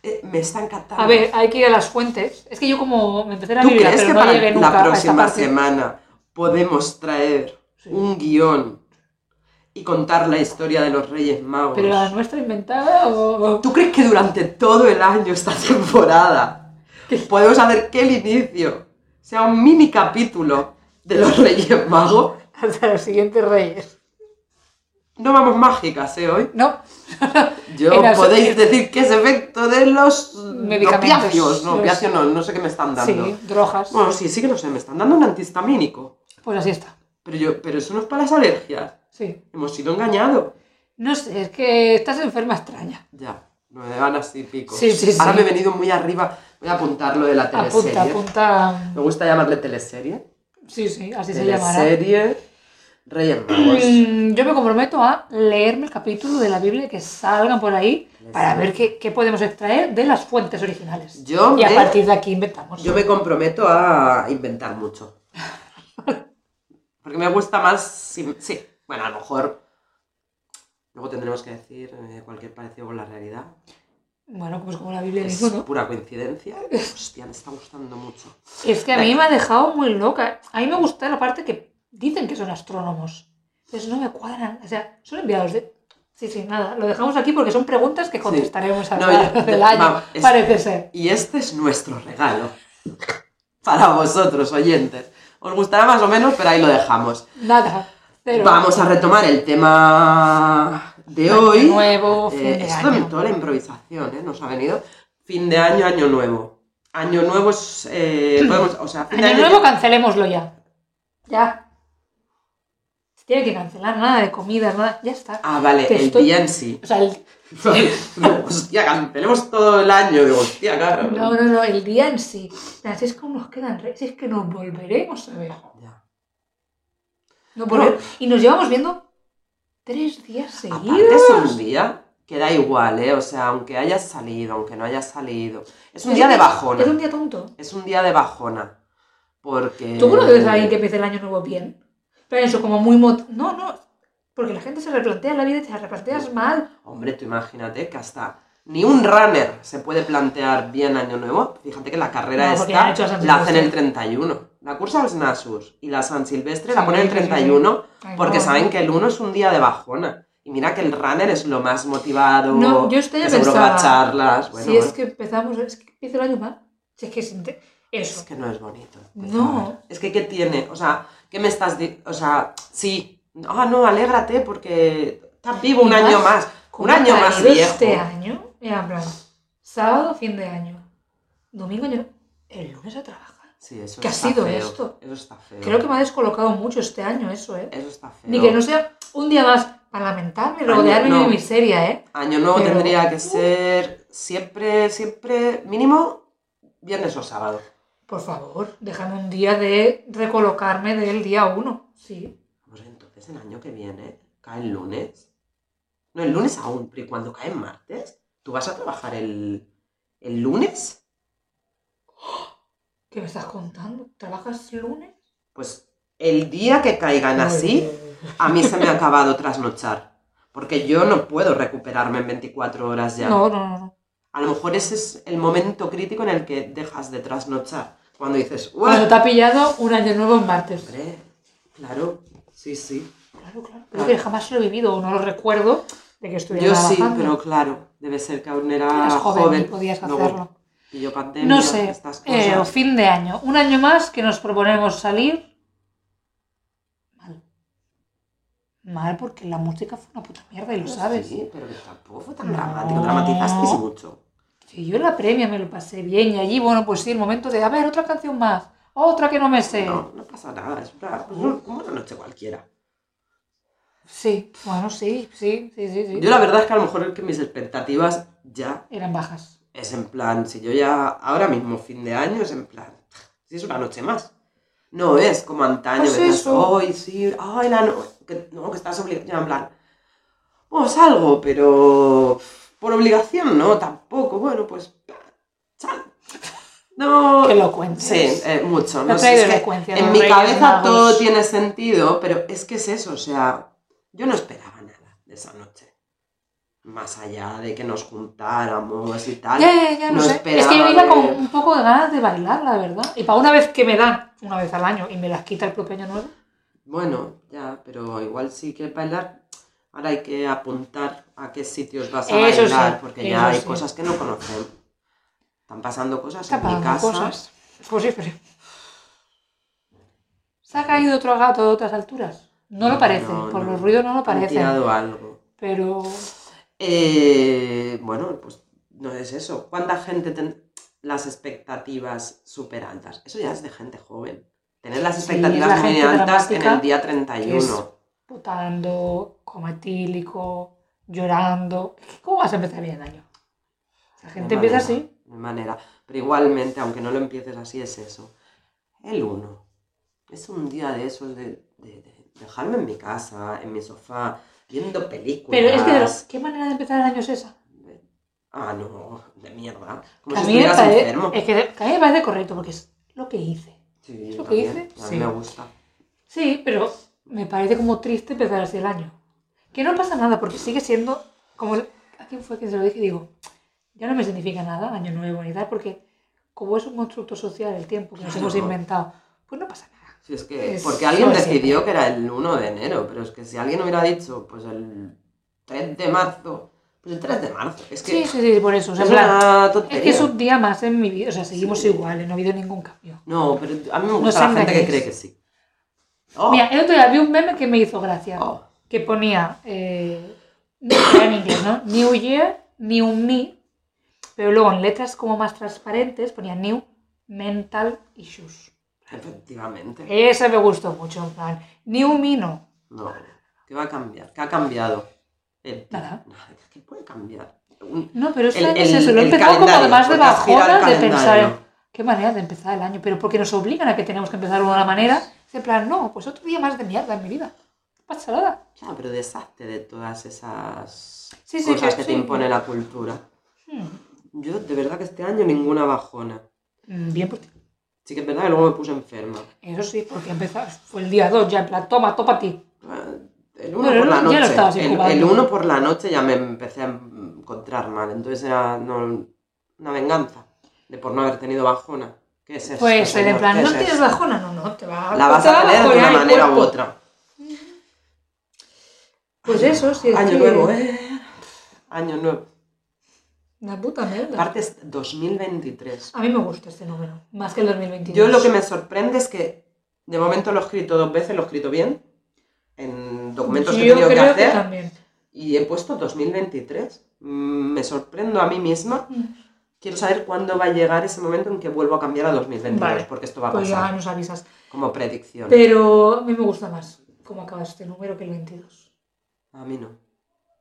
Speaker 2: eh, me está encantando.
Speaker 1: A ver, hay que ir a las fuentes. Es que yo como me empecé a
Speaker 2: ¿Tú
Speaker 1: vivir,
Speaker 2: crees
Speaker 1: pero
Speaker 2: que
Speaker 1: no
Speaker 2: para
Speaker 1: llegué
Speaker 2: la
Speaker 1: nunca a esta
Speaker 2: próxima
Speaker 1: parte.
Speaker 2: semana podemos traer
Speaker 1: Sí.
Speaker 2: un guión y contar la historia de los Reyes Magos?
Speaker 1: Pero la nuestra inventada [LAUGHS] o...
Speaker 2: ¿Tú crees que durante todo el año, esta temporada,
Speaker 1: ¿Qué?
Speaker 2: podemos hacer que el inicio sea un mini capítulo de los Reyes Magos?
Speaker 1: Hasta los siguientes reyes.
Speaker 2: No vamos mágicas, ¿eh? Hoy.
Speaker 1: No,
Speaker 2: Yo
Speaker 1: En las-
Speaker 2: podéis decir que es efecto de los
Speaker 1: Medicamentos,
Speaker 2: opiáceos. No,
Speaker 1: los-
Speaker 2: opiáceos no, no sé qué me están dando.
Speaker 1: sí, drogas.
Speaker 2: Bueno, sí, sí que no sé, me están dando un antihistamínico.
Speaker 1: Pues así está,
Speaker 2: Pero yo, pero eso no es para las alergias.
Speaker 1: sí.
Speaker 2: Hemos sido engañados.
Speaker 1: No sé, es que estás enferma extraña.
Speaker 2: Ya, no me dan así pico.
Speaker 1: Sí, sí, sí.
Speaker 2: Ahora me he venido muy arriba. Voy a apuntar lo de la teleserie.
Speaker 1: Apunta, apunta.
Speaker 2: Me gusta llamarle teleserie.
Speaker 1: Sí, sí, así se llamará. [CLEARS THROAT]
Speaker 2: Teleserie Reyes Magos.
Speaker 1: Mm, Yo me comprometo a leerme el capítulo de la Biblia que salgan por ahí para ver qué, qué podemos extraer de las fuentes originales.
Speaker 2: Yo
Speaker 1: y a
Speaker 2: me-
Speaker 1: partir de aquí inventamos.
Speaker 2: Yo me comprometo a inventar mucho. Porque me gusta más. si- sí, bueno, a lo mejor. Luego tendremos que decir eh, cualquier parecido con la realidad.
Speaker 1: Bueno, pues como la Biblia
Speaker 2: Es
Speaker 1: dijo, ¿no?
Speaker 2: pura coincidencia. Hostia, me está gustando mucho.
Speaker 1: Es que a mí me ha dejado muy loca. A mí me gusta la parte que dicen que son astrónomos. Entonces no me cuadran. O sea, son enviados de... Sí, sí, nada. Lo dejamos aquí porque son preguntas que contestaremos a
Speaker 2: No,
Speaker 1: lo largo [LAUGHS]
Speaker 2: yo-
Speaker 1: del año.
Speaker 2: vamos, es-
Speaker 1: Parece ser.
Speaker 2: Y este es nuestro regalo para vosotros, oyentes. Os gustará más o menos, pero ahí lo dejamos.
Speaker 1: Nada. Pero
Speaker 2: Vamos a retomar el tema de
Speaker 1: Año
Speaker 2: hoy.
Speaker 1: nuevo, fin de
Speaker 2: esto
Speaker 1: año.
Speaker 2: toda la improvisación, ¿eh? Nos ha venido. Fin de año, año nuevo. Año nuevo es.
Speaker 1: [CLEARS THROAT]
Speaker 2: eh, podemos- o sea, fin de
Speaker 1: Año
Speaker 2: año.
Speaker 1: nuevo cancelémoslo ya. Ya. Se tiene que cancelar nada de comidas, nada. Ya está.
Speaker 2: Ah, vale,
Speaker 1: Te
Speaker 2: el
Speaker 1: estoy-
Speaker 2: día en sí.
Speaker 1: [LAUGHS] O sea, el...
Speaker 2: No, hostia, cancelemos todo el año. Digo, hostia, claro.
Speaker 1: No, no, no. El día en sí. O sea, si es que aún nos quedan... re- Si es que nos volveremos a ver.
Speaker 2: Ya.
Speaker 1: No, por
Speaker 2: No.
Speaker 1: ver. Y nos llevamos viendo tres días
Speaker 2: Aparte es un
Speaker 1: seguidos.
Speaker 2: día que da igual, ¿eh? O sea, aunque hayas salido, aunque no hayas salido. Es un
Speaker 1: Es
Speaker 2: día de bajona.
Speaker 1: Es un día tonto.
Speaker 2: Es un día de bajona. Porque.
Speaker 1: ¿Tú conoces a alguien que empiece el año nuevo bien? Pero eso, como muy... mot- No, no. Porque la gente se replantea la vida y te la replanteas mal.
Speaker 2: Hombre, tú imagínate que hasta Ni un runner se puede plantear bien Año Nuevo. Fíjate que la carrera
Speaker 1: No, porque
Speaker 2: esta
Speaker 1: ha hecho a San
Speaker 2: la hacen el
Speaker 1: Silvestre.
Speaker 2: 31. La cursa los Nasurs y la San Silvestre la
Speaker 1: Sí,
Speaker 2: ponen el
Speaker 1: sí, sí, sí.
Speaker 2: 31
Speaker 1: Ay,
Speaker 2: porque
Speaker 1: no,
Speaker 2: saben
Speaker 1: no.
Speaker 2: que el 1 es un día de bajona. Y mira que el runner es lo más motivado.
Speaker 1: No, yo estoy
Speaker 2: que seguro que va a charlas. Bueno,
Speaker 1: si es
Speaker 2: bueno.
Speaker 1: que empezamos, es que empieza el año mal. Si es que es inte- eso.
Speaker 2: Es que no es bonito.
Speaker 1: No.
Speaker 2: Es que, ¿qué tiene? O sea, ¿qué me estás diciendo? O sea, sí. Ah, no, alégrate porque estás vivo un
Speaker 1: Y
Speaker 2: año
Speaker 1: más,
Speaker 2: más. Un año
Speaker 1: ha
Speaker 2: más
Speaker 1: caído
Speaker 2: viejo.
Speaker 1: Este año, en plan, sábado, fin de año. Domingo, año. El lunes a trabajar.
Speaker 2: Sí, eso
Speaker 1: ¿Qué ha
Speaker 2: está
Speaker 1: sido
Speaker 2: feo.
Speaker 1: esto?
Speaker 2: Eso está feo.
Speaker 1: Creo que me ha descolocado mucho este año eso, ¿eh?
Speaker 2: Eso está feo.
Speaker 1: Ni que no sea un día más para lamentarme,
Speaker 2: Año-
Speaker 1: rodearme
Speaker 2: no.
Speaker 1: de mi miseria, ¿eh?
Speaker 2: Año nuevo
Speaker 1: Pero-
Speaker 2: tendría que ser siempre, siempre, mínimo viernes o sábado.
Speaker 1: Por favor, déjame un día de recolocarme del día uno. Sí.
Speaker 2: Pues entonces el año que viene cae el lunes. No, el lunes aún, pero ¿y cuando cae el martes? ¿Tú vas a trabajar el, el lunes?
Speaker 1: ¿Qué me estás contando? ¿Trabajas lunes?
Speaker 2: Pues el día que caigan así, a mí se me ha acabado trasnochar. Porque yo no puedo recuperarme en 24 horas ya.
Speaker 1: No, no, no, no.
Speaker 2: A lo mejor ese es el momento crítico en el que dejas de trasnochar. Cuando dices,
Speaker 1: Cuando
Speaker 2: ¡guau!
Speaker 1: te ha pillado un año nuevo en martes.
Speaker 2: Hombre, claro, sí, sí.
Speaker 1: Claro, claro. Creo que jamás lo he vivido o no lo recuerdo de que estuviera
Speaker 2: Yo sí,
Speaker 1: trabajando.
Speaker 2: pero claro, debe ser que aún era
Speaker 1: Eras
Speaker 2: joven.
Speaker 1: joven, y podías
Speaker 2: Luego
Speaker 1: hacerlo.
Speaker 2: pilló pandemia,
Speaker 1: No sé,
Speaker 2: estas cosas.
Speaker 1: eh, fin de año. Un año más que nos proponemos salir. Mal. Mal porque la música fue una puta mierda y lo
Speaker 2: Pues
Speaker 1: sabes.
Speaker 2: Sí, pero que tampoco fue tan
Speaker 1: No.
Speaker 2: dramático. Dramatizasteis mucho.
Speaker 1: Sí, yo en la premia me lo pasé bien y allí, bueno, pues sí, el momento de, a ver, otra canción más, otra que no me sé.
Speaker 2: No, no pasa nada. Es una, pues un- como una noche cualquiera.
Speaker 1: Sí, bueno, sí, sí, sí, sí. sí.
Speaker 2: Yo la verdad es que a lo mejor es que mis expectativas ya
Speaker 1: Eran bajas.
Speaker 2: es en plan, si yo ya ahora mismo fin de año es en plan, si es una noche más. No es como antaño,
Speaker 1: Pues
Speaker 2: que estás,
Speaker 1: eso.
Speaker 2: "Ay, sí, ay, la no, que, no, que estás obligado, ya en plan, pues algo, pero por obligación no, tampoco, bueno, pues, chal. [LAUGHS] No,
Speaker 1: Que lo cuentes.
Speaker 2: Sí, eh, mucho.
Speaker 1: La
Speaker 2: No sé, es que
Speaker 1: traidorecuencia de
Speaker 2: en
Speaker 1: los
Speaker 2: mi
Speaker 1: Reyes
Speaker 2: cabeza
Speaker 1: Magos.
Speaker 2: todo tiene sentido, pero es que es eso, o sea, yo no esperaba nada de esa noche. Más allá de que nos juntáramos y tal.
Speaker 1: Ya, ya, ya, no,
Speaker 2: no
Speaker 1: sé.
Speaker 2: esperaba
Speaker 1: Es que yo iba con
Speaker 2: ver.
Speaker 1: un poco de ganas de bailar, la verdad. Y para una vez que me dan, una vez al año, y me las quita el propio año nuevo,
Speaker 2: Bueno, ya, pero igual si quieres bailar, ahora hay que apuntar a qué sitios vas a
Speaker 1: Eso sí,
Speaker 2: bailar, porque
Speaker 1: eso
Speaker 2: ya hay
Speaker 1: sí.
Speaker 2: cosas que no conocemos. Están pasando cosas
Speaker 1: está
Speaker 2: Pues en mi
Speaker 1: pagando
Speaker 2: casa.
Speaker 1: cosas. Pues sí, pues sí. ¿Se ha caído otro gato de otras alturas? No lo parece,
Speaker 2: no,
Speaker 1: por
Speaker 2: no.
Speaker 1: los ruidos no lo
Speaker 2: Han
Speaker 1: parece.
Speaker 2: tirado algo.
Speaker 1: Pero
Speaker 2: Eh, bueno, pues no es eso. ¿Cuánta gente ten las expectativas súper altas? Eso ya es de gente joven. Tener las
Speaker 1: Sí,
Speaker 2: expectativas
Speaker 1: es la
Speaker 2: muy
Speaker 1: gente
Speaker 2: altas en el
Speaker 1: dramática
Speaker 2: día
Speaker 1: que
Speaker 2: 31.
Speaker 1: es- putando, coma etílico, llorando. ¿Cómo vas a empezar bien el año? La
Speaker 2: De
Speaker 1: gente empieza
Speaker 2: manera,
Speaker 1: así.
Speaker 2: De manera. Pero igualmente, aunque no lo empieces así, es eso. El 1. Es un día de esos de, de- de dejarme en mi casa, en mi sofá, viendo películas.
Speaker 1: Pero es que, de los- ¿qué manera de empezar el año es esa?
Speaker 2: Ah, no, de mierda. Como
Speaker 1: Que a
Speaker 2: si
Speaker 1: mí me eh,
Speaker 2: estuvieras
Speaker 1: pare-
Speaker 2: enfermo.
Speaker 1: es que que a mí me parece correcto porque es lo que hice.
Speaker 2: Sí,
Speaker 1: ¿es lo que
Speaker 2: también.
Speaker 1: hice?
Speaker 2: A mí
Speaker 1: Sí.
Speaker 2: me gusta.
Speaker 1: Sí, pero me parece como triste empezar así el año. Que no pasa nada porque sigue siendo como... el- ¿A quién fue quien se lo dije? Digo, ya no me significa nada año nuevo ni tal porque como es un constructo social el tiempo que nos
Speaker 2: Claro.
Speaker 1: hemos inventado, pues no pasa nada.
Speaker 2: Sí, es que
Speaker 1: Es-
Speaker 2: porque alguien
Speaker 1: no sé.
Speaker 2: decidió que era el 1 de enero, pero es que si alguien hubiera dicho, pues el 3 de marzo, pues el 3 de marzo, es que
Speaker 1: Sí, sí, sí, por eso. o sea,
Speaker 2: es
Speaker 1: en plan,
Speaker 2: una
Speaker 1: Es
Speaker 2: tontería.
Speaker 1: que es un día más en mi vida, o sea, seguimos
Speaker 2: Sí.
Speaker 1: iguales, no ha habido ningún cambio.
Speaker 2: No, pero a mí me gusta
Speaker 1: os
Speaker 2: la gente que
Speaker 1: engañéis.
Speaker 2: cree que sí. Oh,
Speaker 1: Mira, el otro día vi un meme que me hizo gracia,
Speaker 2: oh,
Speaker 1: que ponía, eh, era en inglés, ¿no? New Year, New Me, pero luego en letras como más transparentes ponía New Mental Issues.
Speaker 2: efectivamente.
Speaker 1: Ese me gustó mucho, en plan, New Me no.
Speaker 2: No, ¿qué va a cambiar? ¿Qué ha cambiado? El-
Speaker 1: Nada.
Speaker 2: ¿Qué puede cambiar? Un-
Speaker 1: No, pero este
Speaker 2: el-
Speaker 1: año es
Speaker 2: el-
Speaker 1: eso, lo he
Speaker 2: el
Speaker 1: empezado como
Speaker 2: calendario,
Speaker 1: además de
Speaker 2: porque aspira al
Speaker 1: bajona de pensar
Speaker 2: calendario.
Speaker 1: en qué manera de empezar el año, pero porque nos obligan a que tenemos que empezar de una manera, es en plan, no, pues otro día más de mierda en mi vida. No pasa nada.
Speaker 2: Ya, pero deshazte de todas esas
Speaker 1: Sí, sí,
Speaker 2: cosas
Speaker 1: que-
Speaker 2: que
Speaker 1: sí.
Speaker 2: te impone la cultura.
Speaker 1: Hmm.
Speaker 2: Yo, de verdad que este año ninguna bajona.
Speaker 1: Mm, Bien por ti.
Speaker 2: Sí que es verdad que luego me puse enferma.
Speaker 1: Eso sí, porque empezó, fue el día 2, ya en plan, toma, topa a ti.
Speaker 2: Eh, el uno
Speaker 1: Pero
Speaker 2: por la
Speaker 1: ya lo
Speaker 2: noche.
Speaker 1: estabas
Speaker 2: el,
Speaker 1: incubando.
Speaker 2: el uno por la noche ya me empecé a encontrar mal. Entonces era no, una venganza de por no haber tenido bajona. ¿Qué es esto,
Speaker 1: Pues ser en
Speaker 2: señor?
Speaker 1: plan,
Speaker 2: ¿Qué
Speaker 1: no
Speaker 2: es
Speaker 1: tienes
Speaker 2: esto?
Speaker 1: bajona, no, no, te va
Speaker 2: La vas a
Speaker 1: costar
Speaker 2: tener de
Speaker 1: bajonear
Speaker 2: una
Speaker 1: el
Speaker 2: manera u
Speaker 1: cuerpo.
Speaker 2: otra.
Speaker 1: Pues eso, sí. es
Speaker 2: Año
Speaker 1: que-
Speaker 2: nuevo, ¿eh? Año nuevo.
Speaker 1: Una puta mierda.
Speaker 2: Parte es 2023.
Speaker 1: A mí me gusta este número, más que el 2022.
Speaker 2: Yo lo que me sorprende es que de momento lo he escrito dos veces, lo he escrito bien, en documentos que he
Speaker 1: Yo
Speaker 2: tenido que
Speaker 1: creo que
Speaker 2: hacer,
Speaker 1: también.
Speaker 2: y he puesto 2023. Mm, Me sorprendo a mí misma.
Speaker 1: Mm.
Speaker 2: Quiero saber cuándo va a llegar ese momento en que vuelvo a cambiar a 2022,
Speaker 1: Vale.
Speaker 2: porque esto va a
Speaker 1: Pues ya
Speaker 2: pasar
Speaker 1: nos avisas.
Speaker 2: como predicción.
Speaker 1: Pero a mí me gusta más cómo acaba este número que el 22.
Speaker 2: A mí no.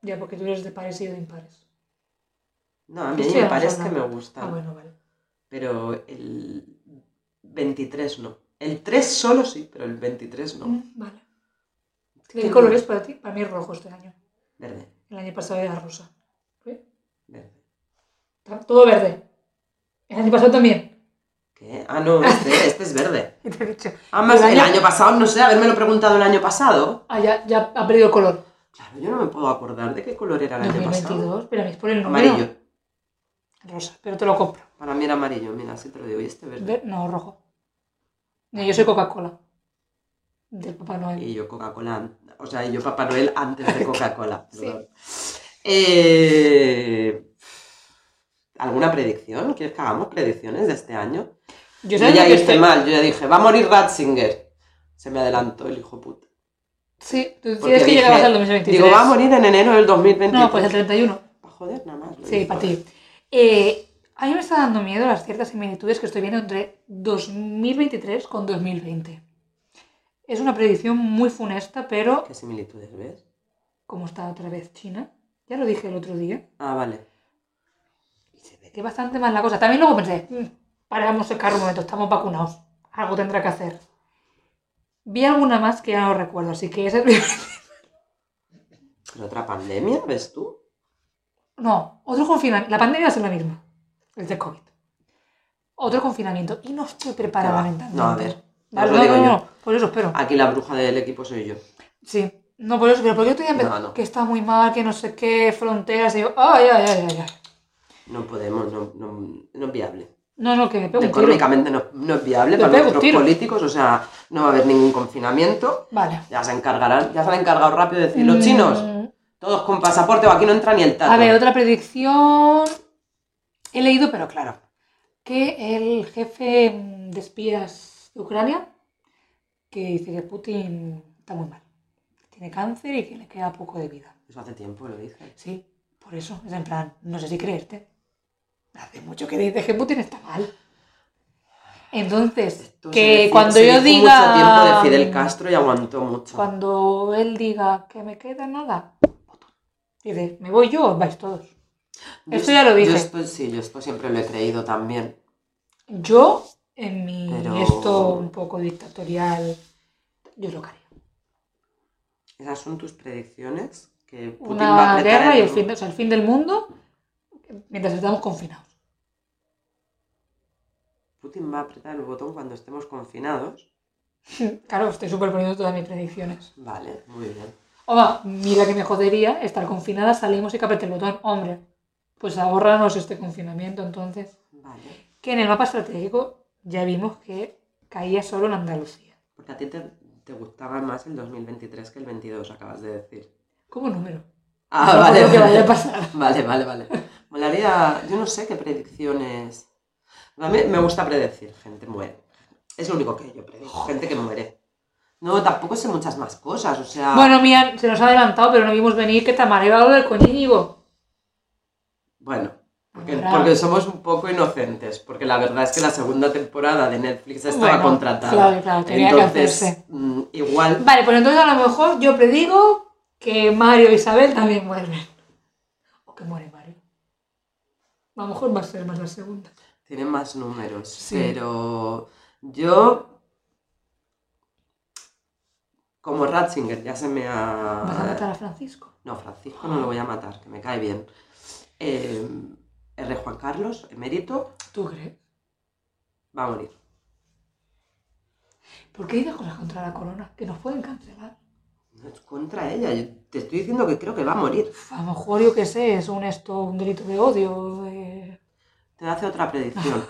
Speaker 1: Ya, porque tú eres de pares y yo de impares.
Speaker 2: No, a mí
Speaker 1: Sí,
Speaker 2: me
Speaker 1: vamos
Speaker 2: parece que
Speaker 1: hablando.
Speaker 2: me gusta,
Speaker 1: Ah, bueno, vale.
Speaker 2: pero el 23 no. El 3 solo sí, pero el 23 no.
Speaker 1: Mm, Vale. ¿Qué color es para ti? Para mí es rojo este año.
Speaker 2: Verde,
Speaker 1: El año pasado era rosa. ¿Eh?
Speaker 2: verde.
Speaker 1: Ta- Todo verde. El año pasado
Speaker 2: [LAUGHS]
Speaker 1: también.
Speaker 2: ¿Qué? Ah,
Speaker 1: [LAUGHS]
Speaker 2: no, este, este es verde.
Speaker 1: Y te he dicho,
Speaker 2: Además,
Speaker 1: El
Speaker 2: el
Speaker 1: año-
Speaker 2: año pasado, no sé, haberme lo preguntado el año pasado.
Speaker 1: Ah, ya, ya ha perdido el color.
Speaker 2: Claro, yo no me puedo acordar de qué color era el año pasado.
Speaker 1: 2022, pero a mí es por el número.
Speaker 2: Amarillo.
Speaker 1: Rosa, pero te lo compro.
Speaker 2: Para mí era amarillo, mira, así te lo digo. Y este verde.
Speaker 1: Ver- No, rojo. No, yo soy Coca-Cola. Del Papá Noel.
Speaker 2: Y yo Coca-Cola, an- o sea, y yo Papá Noel antes de Coca-Cola.
Speaker 1: [LAUGHS] Sí.
Speaker 2: perdón. Eh, ¿Alguna predicción? ¿Quieres que hagamos predicciones de este año?
Speaker 1: Yo
Speaker 2: Yo,
Speaker 1: sabes
Speaker 2: ya
Speaker 1: lo que
Speaker 2: hice
Speaker 1: estoy-
Speaker 2: mal, yo ya dije, va a morir Ratzinger. Se me adelantó el hijo puta.
Speaker 1: Sí, tú
Speaker 2: Porque
Speaker 1: decías que
Speaker 2: dije-
Speaker 1: llegabas al 2023.
Speaker 2: Digo, va a morir en enero del 2023.
Speaker 1: No, pues el 31.
Speaker 2: Pa' Ah, Joder, nada más. lo
Speaker 1: Sí,
Speaker 2: dije.
Speaker 1: para ti. Eh, a mí me está dando miedo las ciertas similitudes que estoy viendo entre 2023 con 2020. Es una predicción muy funesta, pero
Speaker 2: ¿Qué similitudes ves?
Speaker 1: como está otra vez China, ya lo dije el otro día,
Speaker 2: Ah, vale. Y se ve.
Speaker 1: que bastante mal la cosa. También luego pensé, "Mm, paramos el carro un momento, estamos vacunados, algo tendrá que hacer. Vi alguna más que ya no recuerdo, así que ese...
Speaker 2: ¿Pero otra pandemia, ves tú?
Speaker 1: [LAUGHS] No, otro confinamiento. La pandemia va a ser la misma, el de COVID. Otro confinamiento. Y no estoy preparada
Speaker 2: Que va.
Speaker 1: mentalmente.
Speaker 2: No, a ver,
Speaker 1: Vale,
Speaker 2: os lo
Speaker 1: no,
Speaker 2: digo
Speaker 1: no,
Speaker 2: yo. Ah.
Speaker 1: no, por eso espero.
Speaker 2: Aquí la bruja del equipo soy yo.
Speaker 1: Sí. No, por eso, pero porque yo tenía
Speaker 2: No, no.
Speaker 1: que está muy mal, que no sé qué, fronteras, y yo, ay, ay, ay, ay, ay.
Speaker 2: No podemos, no, no, no es viable.
Speaker 1: No, no, que me pego un tiro.
Speaker 2: Económicamente no, no es viable
Speaker 1: Te
Speaker 2: para
Speaker 1: pego un
Speaker 2: nuestros
Speaker 1: tiro.
Speaker 2: políticos, o sea, no va a haber ningún confinamiento.
Speaker 1: Vale.
Speaker 2: Ya se encargarán, ya se han encargado rápido de decir, los
Speaker 1: Mm,
Speaker 2: chinos, todos con pasaporte o aquí no entra ni el tato.
Speaker 1: A ver, otra predicción. He leído, pero claro, que el jefe mm, de espías de Ucrania, que dice que Putin está muy mal, que tiene cáncer y que le queda poco de vida.
Speaker 2: Eso hace tiempo lo dije.
Speaker 1: Sí, por eso, es en plan, no sé si creerte. Hace mucho que dices que Putin está mal. Entonces,
Speaker 2: Esto se
Speaker 1: que
Speaker 2: dice-
Speaker 1: cuando
Speaker 2: se
Speaker 1: yo
Speaker 2: dijo
Speaker 1: diga... mm,
Speaker 2: Mucho tiempo de Fidel Castro y aguantó mucho.
Speaker 1: Cuando él diga que me queda nada, dice, ¿me voy yo o vais todos?
Speaker 2: Yo
Speaker 1: esto
Speaker 2: es-
Speaker 1: ya lo dije.
Speaker 2: Yo esto, sí, yo esto siempre lo he creído también.
Speaker 1: Yo, en mi
Speaker 2: Pero-
Speaker 1: esto un poco dictatorial, yo lo que haría.
Speaker 2: Esas son tus predicciones que Putin va a
Speaker 1: Una
Speaker 2: apretar
Speaker 1: guerra y
Speaker 2: en-
Speaker 1: el fin, de- o sea, el fin del mundo mientras estamos confinados.
Speaker 2: Putin va a apretar el botón cuando estemos confinados.
Speaker 1: Claro, estoy superponiendo todas mis predicciones.
Speaker 2: Vale, muy bien.
Speaker 1: Oba, mira que me jodería estar confinada, salimos y que apriete el botón. Hombre, pues ahorranos este confinamiento entonces.
Speaker 2: Vale.
Speaker 1: Que en el mapa estratégico ya vimos que caía solo en Andalucía.
Speaker 2: Porque a ti te, te gustaba más el 2023 que el 22, acabas de decir.
Speaker 1: Como número.
Speaker 2: Ah,
Speaker 1: No
Speaker 2: vale.
Speaker 1: creo que
Speaker 2: vale.
Speaker 1: vaya a pasar.
Speaker 2: [LAUGHS] Vale, vale, vale. Molaría, yo no sé qué predicciones. A mí me gusta predecir, gente muere. Es lo único que yo predigo, gente que muere. No, tampoco sé muchas más cosas, o sea,
Speaker 1: Bueno, Mian, se nos ha adelantado, pero no vimos venir que Tamara iba a hablar con Íñigo.
Speaker 2: bueno, porque,
Speaker 1: Ahora-
Speaker 2: porque somos un poco inocentes, porque la verdad es que la segunda temporada de Netflix estaba
Speaker 1: Bueno,
Speaker 2: contratada.
Speaker 1: claro, claro, tenía que
Speaker 2: Entonces,
Speaker 1: hacerse.
Speaker 2: mm, igual
Speaker 1: Vale, pues entonces a lo mejor yo predigo que Mario e Isabel también mueren. O que muere Mario. A lo mejor va a ser más la segunda.
Speaker 2: Tiene más números,
Speaker 1: Sí.
Speaker 2: pero yo, como Ratzinger, ya se me ha...
Speaker 1: ¿Vas a matar a Francisco?
Speaker 2: No, Francisco no lo voy a matar, que me cae bien. Eh, el rey Juan Carlos, emérito,
Speaker 1: ¿Tú crees?
Speaker 2: va a morir.
Speaker 1: ¿Por qué dices cosas contra la corona? Que nos pueden cancelar.
Speaker 2: No es contra ella. Yo te estoy diciendo que creo que va a morir.
Speaker 1: A lo mejor, yo qué sé, es un esto, un delito de odio. de-
Speaker 2: Te hace
Speaker 1: [LAUGHS]
Speaker 2: otra predicción.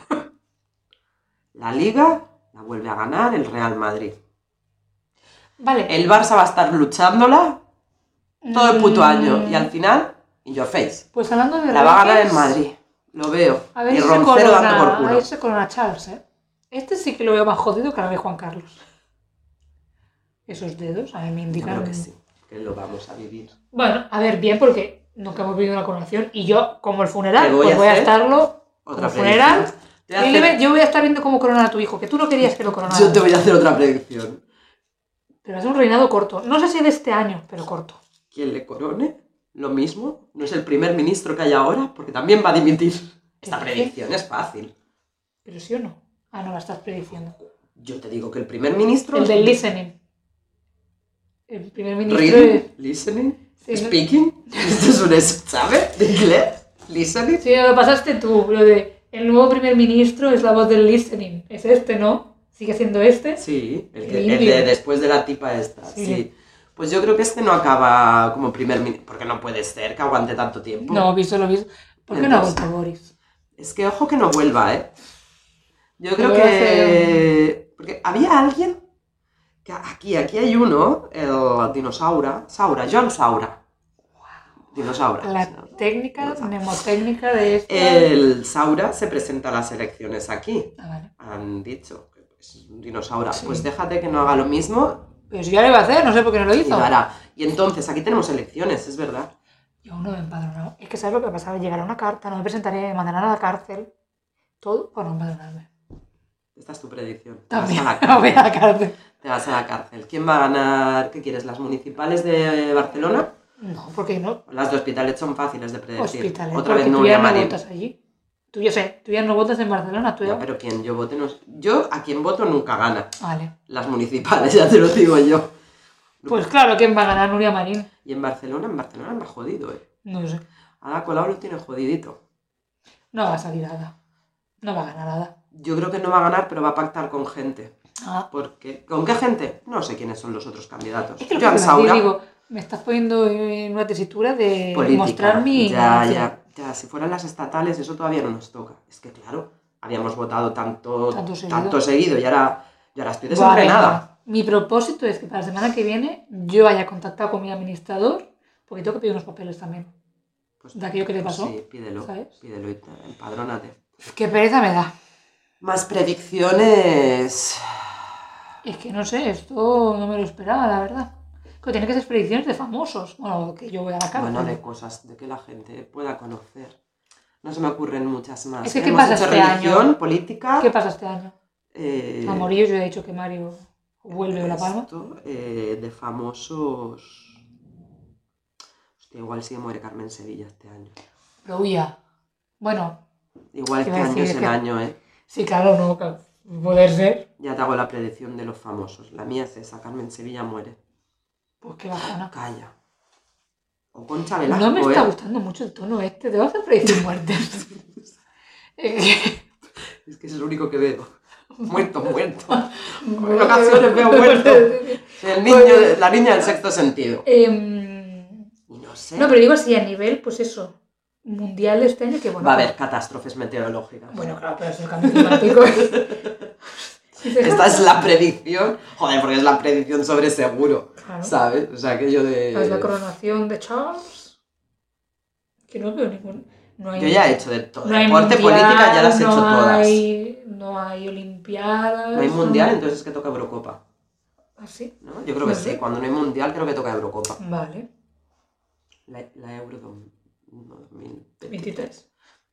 Speaker 2: La Liga la vuelve a ganar el Real Madrid.
Speaker 1: Vale.
Speaker 2: El Barça va a estar luchándola todo el puto
Speaker 1: Mm,
Speaker 2: año. Y al final, in your face.
Speaker 1: Pues hablando de
Speaker 2: La va a ganar
Speaker 1: reyes,
Speaker 2: en Madrid. Lo veo.
Speaker 1: A ver
Speaker 2: y
Speaker 1: si se
Speaker 2: Roncero dando por
Speaker 1: corona, a
Speaker 2: culo.
Speaker 1: ver si se corona Charles, ¿eh? Este sí que lo veo más jodido que la de Juan Carlos. Esos dedos, a mí me
Speaker 2: Yo
Speaker 1: indican.
Speaker 2: creo que sí. Que lo vamos a vivir.
Speaker 1: Bueno, a ver, bien, porque nunca hemos vivido una coronación y yo, como el funeral,
Speaker 2: Te voy
Speaker 1: pues
Speaker 2: a
Speaker 1: voy a
Speaker 2: hacer
Speaker 1: estarlo.
Speaker 2: Otra
Speaker 1: como funeral.
Speaker 2: predicción. Te voy a
Speaker 1: y le
Speaker 2: hacer-
Speaker 1: ve- Yo voy a estar viendo cómo coronan a tu hijo, que tú no querías que lo coronaran.
Speaker 2: Yo te voy a hacer otra predicción.
Speaker 1: Pero es un reinado corto. No sé si de este año, pero corto.
Speaker 2: Quien le corone, lo mismo. No es el primer ministro que hay ahora, porque también va a dimitir. Esta predicción es fácil.
Speaker 1: Pero sí o no. Ah, no la estás prediciendo.
Speaker 2: Yo te digo que el primer ministro.
Speaker 1: El del listening. El primer ministro.
Speaker 2: Reading, listening,
Speaker 1: Sí, ¿no?
Speaker 2: speaking. [LAUGHS] Esto es un es- ¿sabes? De inglés. Listening.
Speaker 1: Sí, lo pasaste tú, lo de el nuevo primer ministro es la voz del listening. Es este, ¿no? Sigue siendo este.
Speaker 2: Sí, el, que-
Speaker 1: El
Speaker 2: el de
Speaker 1: indio.
Speaker 2: después de la tipa esta.
Speaker 1: Sí.
Speaker 2: Sí. Pues yo creo que este no acaba como primer ministro, porque no puede ser que aguante tanto tiempo.
Speaker 1: No, visto lo visto. ¿Por qué no ha
Speaker 2: Entonces,
Speaker 1: vuelto Boris?
Speaker 2: Es que ojo que no vuelva, ¿eh? Yo creo
Speaker 1: Vuelve a hacer
Speaker 2: que... Porque había alguien... Que aquí, aquí hay uno, el dinosaura, Saura, John Saura. Dinosaura.
Speaker 1: La técnica,
Speaker 2: no. Eh,
Speaker 1: mnemotécnica de este.
Speaker 2: El Saura se presenta a las elecciones aquí.
Speaker 1: Ah, vale.
Speaker 2: Han dicho que es un dinosaura.
Speaker 1: Sí.
Speaker 2: Pues déjate que no haga lo mismo
Speaker 1: Pero si ya lo iba a hacer, no sé por qué no lo
Speaker 2: y lo
Speaker 1: hizo.
Speaker 2: hará. Y entonces, aquí tenemos elecciones, es verdad.
Speaker 1: Yo aún no me he empadronado. Es que sabes lo que pasaba, llegará una carta, no me presentaré, me mandarán a la cárcel. Todo por no empadronarme.
Speaker 2: Esta es tu predicción. Te vas
Speaker 1: [LAUGHS] También.
Speaker 2: a la
Speaker 1: No voy a la
Speaker 2: cárcel.
Speaker 1: cárcel.
Speaker 2: Te vas a la cárcel. ¿Quién va a ganar? ¿Qué quieres? ¿Las municipales de Barcelona?
Speaker 1: No, porque no.
Speaker 2: Las de hospitales son fáciles de predecir.
Speaker 1: Hospitales.
Speaker 2: Otra
Speaker 1: porque
Speaker 2: vez no
Speaker 1: tú
Speaker 2: voy
Speaker 1: ya
Speaker 2: a
Speaker 1: no
Speaker 2: Madrid.
Speaker 1: votas allí. Tú ya sé, tú ya no votas en Barcelona, tú ya.
Speaker 2: Ya, pero quien yo vote no es- Yo a quien voto nunca gana.
Speaker 1: Vale.
Speaker 2: Las municipales, [LAUGHS] ya te lo digo yo.
Speaker 1: Pues claro, ¿quién va a ganar Nuria Marín?
Speaker 2: Y en Barcelona, en Barcelona me ha jodido, eh.
Speaker 1: No sé.
Speaker 2: Ada Colau lo tiene jodidito.
Speaker 1: No va a salir nada. No va a ganar nada.
Speaker 2: Yo creo que no va a ganar, pero va a pactar con gente.
Speaker 1: Ah,
Speaker 2: Porque, ¿Con qué gente? No sé quiénes son los otros candidatos.
Speaker 1: es que lo que
Speaker 2: Joan
Speaker 1: te iba a decir,
Speaker 2: Saura,
Speaker 1: digo, me estás poniendo en una tesitura de
Speaker 2: política.
Speaker 1: mostrar mi
Speaker 2: Ya,
Speaker 1: ignorancia.
Speaker 2: ya, ya. Si fueran las estatales, eso todavía no nos toca. Es que, claro, habíamos votado tanto,
Speaker 1: Tanto seguido.
Speaker 2: seguido y ahora, y ahora estoy
Speaker 1: Buah, venga.
Speaker 2: desentrenada.
Speaker 1: Mi propósito es que para la semana que viene yo haya contactado con mi administrador porque tengo que pedir unos papeles también.
Speaker 2: Pues,
Speaker 1: De aquello que le pasó,
Speaker 2: Sí, pídelo,
Speaker 1: ¿sabes?
Speaker 2: pídelo y te- empadrónate.
Speaker 1: Qué pereza me da.
Speaker 2: Más predicciones.
Speaker 1: Es que no sé, esto no me lo esperaba, la verdad. Que tiene que ser predicciones de famosos. Bueno, que yo voy a la cárcel.
Speaker 2: Bueno, de cosas de que la gente pueda conocer. No se me ocurren muchas más.
Speaker 1: Es que,
Speaker 2: ¿eh?
Speaker 1: ¿qué
Speaker 2: Hemos
Speaker 1: pasa
Speaker 2: hecho
Speaker 1: este
Speaker 2: religión,
Speaker 1: año?
Speaker 2: política.
Speaker 1: ¿Qué pasa este año?
Speaker 2: eh,
Speaker 1: A morir yo ya he dicho que Mario vuelve de la palma.
Speaker 2: esto, eh, de famosos. Hostia, igual sí que muere Carmen Sevilla este año.
Speaker 1: Pero huya. Bueno,
Speaker 2: Igual
Speaker 1: Te
Speaker 2: que
Speaker 1: iba a
Speaker 2: año
Speaker 1: decir
Speaker 2: es el
Speaker 1: que-
Speaker 2: año, ¿eh?
Speaker 1: sí, claro, no, claro, poder ser.
Speaker 2: Ya te hago la predicción de los famosos. La mía es esa: Carmen Sevilla muere.
Speaker 1: Pues qué bajona.
Speaker 2: Calla. O Concha Velasco.
Speaker 1: No me está
Speaker 2: ¿eh?
Speaker 1: gustando mucho el tono este. Te vas a predecir [LAUGHS]
Speaker 2: [LAUGHS]
Speaker 1: muertes. Es que-
Speaker 2: Es que es el único
Speaker 1: [LAUGHS]
Speaker 2: que veo. Muerto, muerto. En ocasiones veo muerto. El niño, la niña del sexto sentido.
Speaker 1: Em,
Speaker 2: Y no sé.
Speaker 1: Pues, no, pero digo así a nivel, pues eso, mundial de este año, que bueno.
Speaker 2: Va a haber catástrofes meteorológicas.
Speaker 1: Bueno, claro, pero es el cambio
Speaker 2: [LAUGHS]
Speaker 1: climático.
Speaker 2: Esta es la predicción. Joder, porque es la predicción sobre seguro.
Speaker 1: Claro.
Speaker 2: ¿Sabes? O sea, aquello
Speaker 1: Es la
Speaker 2: de.
Speaker 1: coronación de Charles. Que no veo ningún. No hay,
Speaker 2: Yo ya he hecho de todo.
Speaker 1: no hay
Speaker 2: Deporte,
Speaker 1: mundial,
Speaker 2: política, ya las he
Speaker 1: no
Speaker 2: hecho todas.
Speaker 1: Hay, no hay Olimpiadas.
Speaker 2: No hay mundial, entonces es que toca Eurocopa.
Speaker 1: ¿Ah, sí?
Speaker 2: ¿no? Yo creo
Speaker 1: No
Speaker 2: que
Speaker 1: sé.
Speaker 2: sí. Cuando no hay mundial, creo que toca Eurocopa.
Speaker 1: Vale.
Speaker 2: La, la Euro 2023.
Speaker 1: 23.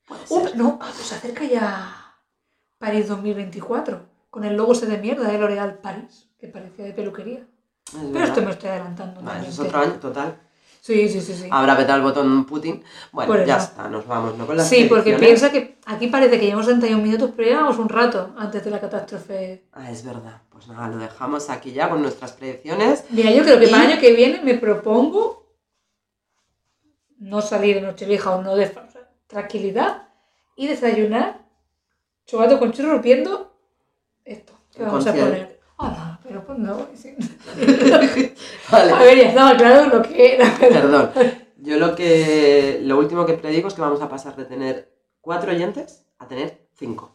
Speaker 2: Puede
Speaker 1: Uh,
Speaker 2: ser.
Speaker 1: no, ah, pues se acerca ya París 2024. Con el logo ese de mierda de L'Oréal París, que parecía de peluquería.
Speaker 2: Es
Speaker 1: Pero
Speaker 2: verdad.
Speaker 1: esto me estoy adelantando.
Speaker 2: Vale,
Speaker 1: también,
Speaker 2: Ah, eso
Speaker 1: te-
Speaker 2: es Ah, otro año total.
Speaker 1: Sí, sí, sí. sí.
Speaker 2: Habrá petado el botón Putin. Bueno,
Speaker 1: Por
Speaker 2: ya
Speaker 1: eso.
Speaker 2: está, nos vamos, ¿no? Con las
Speaker 1: Sí, porque piensa
Speaker 2: predicciones.
Speaker 1: que aquí parece que llevamos 31 minutos, pero llevamos un rato antes de la catástrofe
Speaker 2: Ah, es verdad. Pues nada, lo dejamos aquí ya con nuestras predicciones.
Speaker 1: Mira, yo creo que para
Speaker 2: Y-
Speaker 1: el año que viene me propongo no salir de Nochevieja o no de o sea, tranquilidad y desayunar chocolate con churros viendo esto que
Speaker 2: El
Speaker 1: vamos a
Speaker 2: concier-
Speaker 1: poner. Hola, pero pues no. sí.
Speaker 2: Vale.
Speaker 1: [LAUGHS] A ver, ya estaba claro lo que era, pero.
Speaker 2: Perdón. Yo lo que lo último que predigo es que vamos a pasar de tener cuatro oyentes a tener cinco.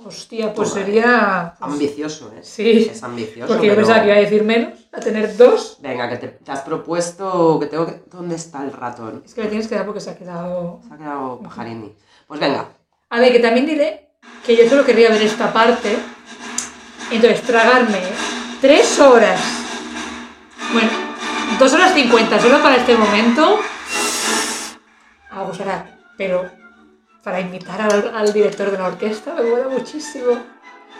Speaker 1: Hostia, pues
Speaker 2: Toma.
Speaker 1: sería.
Speaker 2: Ambicioso, ¿eh?
Speaker 1: Sí,
Speaker 2: Es ambicioso.
Speaker 1: porque yo
Speaker 2: pero-
Speaker 1: pensaba que iba a decir menos, a tener dos.
Speaker 2: Venga, que te, te has propuesto que tengo que. ¿Dónde está el ratón?
Speaker 1: Es que le tienes que dar porque se ha quedado.
Speaker 2: Se ha quedado pajarini. Pues venga.
Speaker 1: A ver, que también diré que yo solo querría ver esta parte. Entonces, tragarme tres horas. Bueno, dos horas cincuenta solo para este momento. Algo será, pero para invitar al, al director de la orquesta me mola muchísimo.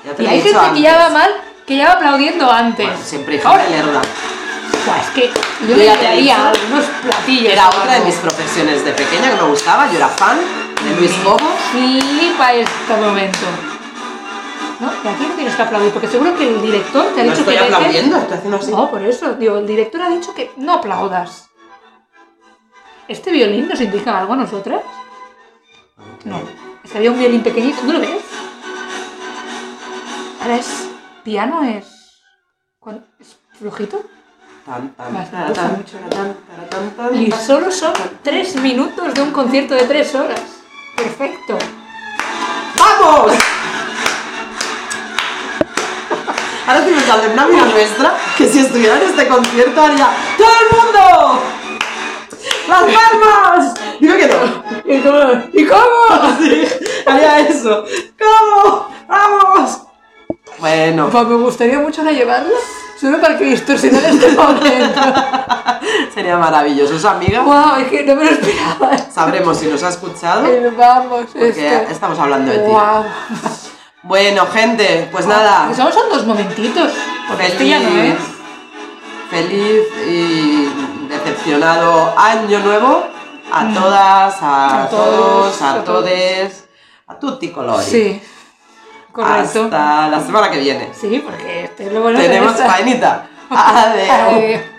Speaker 2: Ya te
Speaker 1: Y
Speaker 2: lo he
Speaker 1: hay
Speaker 2: dicho
Speaker 1: gente que ya va
Speaker 2: antes.
Speaker 1: mal, que ya va aplaudiendo antes.
Speaker 2: Bueno, siempre hay
Speaker 1: Ahora-
Speaker 2: gente lerda.
Speaker 1: Buah, es que yo
Speaker 2: Yo
Speaker 1: le
Speaker 2: ya te he
Speaker 1: daría
Speaker 2: dicho.
Speaker 1: unos platillos.
Speaker 2: Era
Speaker 1: o
Speaker 2: otra de
Speaker 1: algo.
Speaker 2: mis profesiones de pequeña que me gustaba. Yo era fan de Luis Cobo.
Speaker 1: Flipa este momento. No, pero aquí no tienes que aplaudir, porque seguro que el director te ha
Speaker 2: No
Speaker 1: dicho
Speaker 2: estoy
Speaker 1: que Oh.
Speaker 2: aplaudiendo, estoy haciendo así.
Speaker 1: No, por eso, digo, el director ha dicho que no aplaudas. ¿Este violín nos indica algo a nosotras? No. Es que había un violín pequeñito, ¿no lo ves? Ahora es. piano es. ¿cuál- ¿Es flojito?
Speaker 2: Tan, tan,
Speaker 1: Vas, me
Speaker 2: taratán,
Speaker 1: gusta mucho.
Speaker 2: taratán, taratán, tan,
Speaker 1: Y
Speaker 2: tan.
Speaker 1: solo son tres minutos de un concierto de tres horas. Perfecto.
Speaker 2: ¡Vamos! Ahora sí me sale una amiga nuestra que si estuviera en este concierto haría ¡Todo el mundo! ¡Las palmas! Dime que no.
Speaker 1: ¿Y cómo? ¿Y [LAUGHS] cómo?
Speaker 2: Así, [LAUGHS] haría eso. ¡Cómo! ¡Vamos! Bueno, [LAUGHS]
Speaker 1: Pues me gustaría mucho ahora llevarlo solo para que distorsionara este
Speaker 2: [LAUGHS]
Speaker 1: momento.
Speaker 2: sería maravilloso. Sus amigas,
Speaker 1: wow, es que no me lo esperaba.
Speaker 2: sabremos si nos ha escuchado
Speaker 1: El vamos,
Speaker 2: porque
Speaker 1: esto.
Speaker 2: estamos hablando de ti.
Speaker 1: Guau.
Speaker 2: Bueno, gente, pues nada.
Speaker 1: Que solo son dos momentitos. Porque
Speaker 2: Feliz,
Speaker 1: este ya no es.
Speaker 2: feliz y decepcionado año nuevo a todas, a,
Speaker 1: Mm. A todos,
Speaker 2: todos, a
Speaker 1: a todos.
Speaker 2: todes, a tutti colori.
Speaker 1: Sí. Correcto.
Speaker 2: Hasta la semana que viene.
Speaker 1: Sí, porque este lo van a [LAUGHS]
Speaker 2: Tenemos faenita. Adiós.
Speaker 1: Adiós.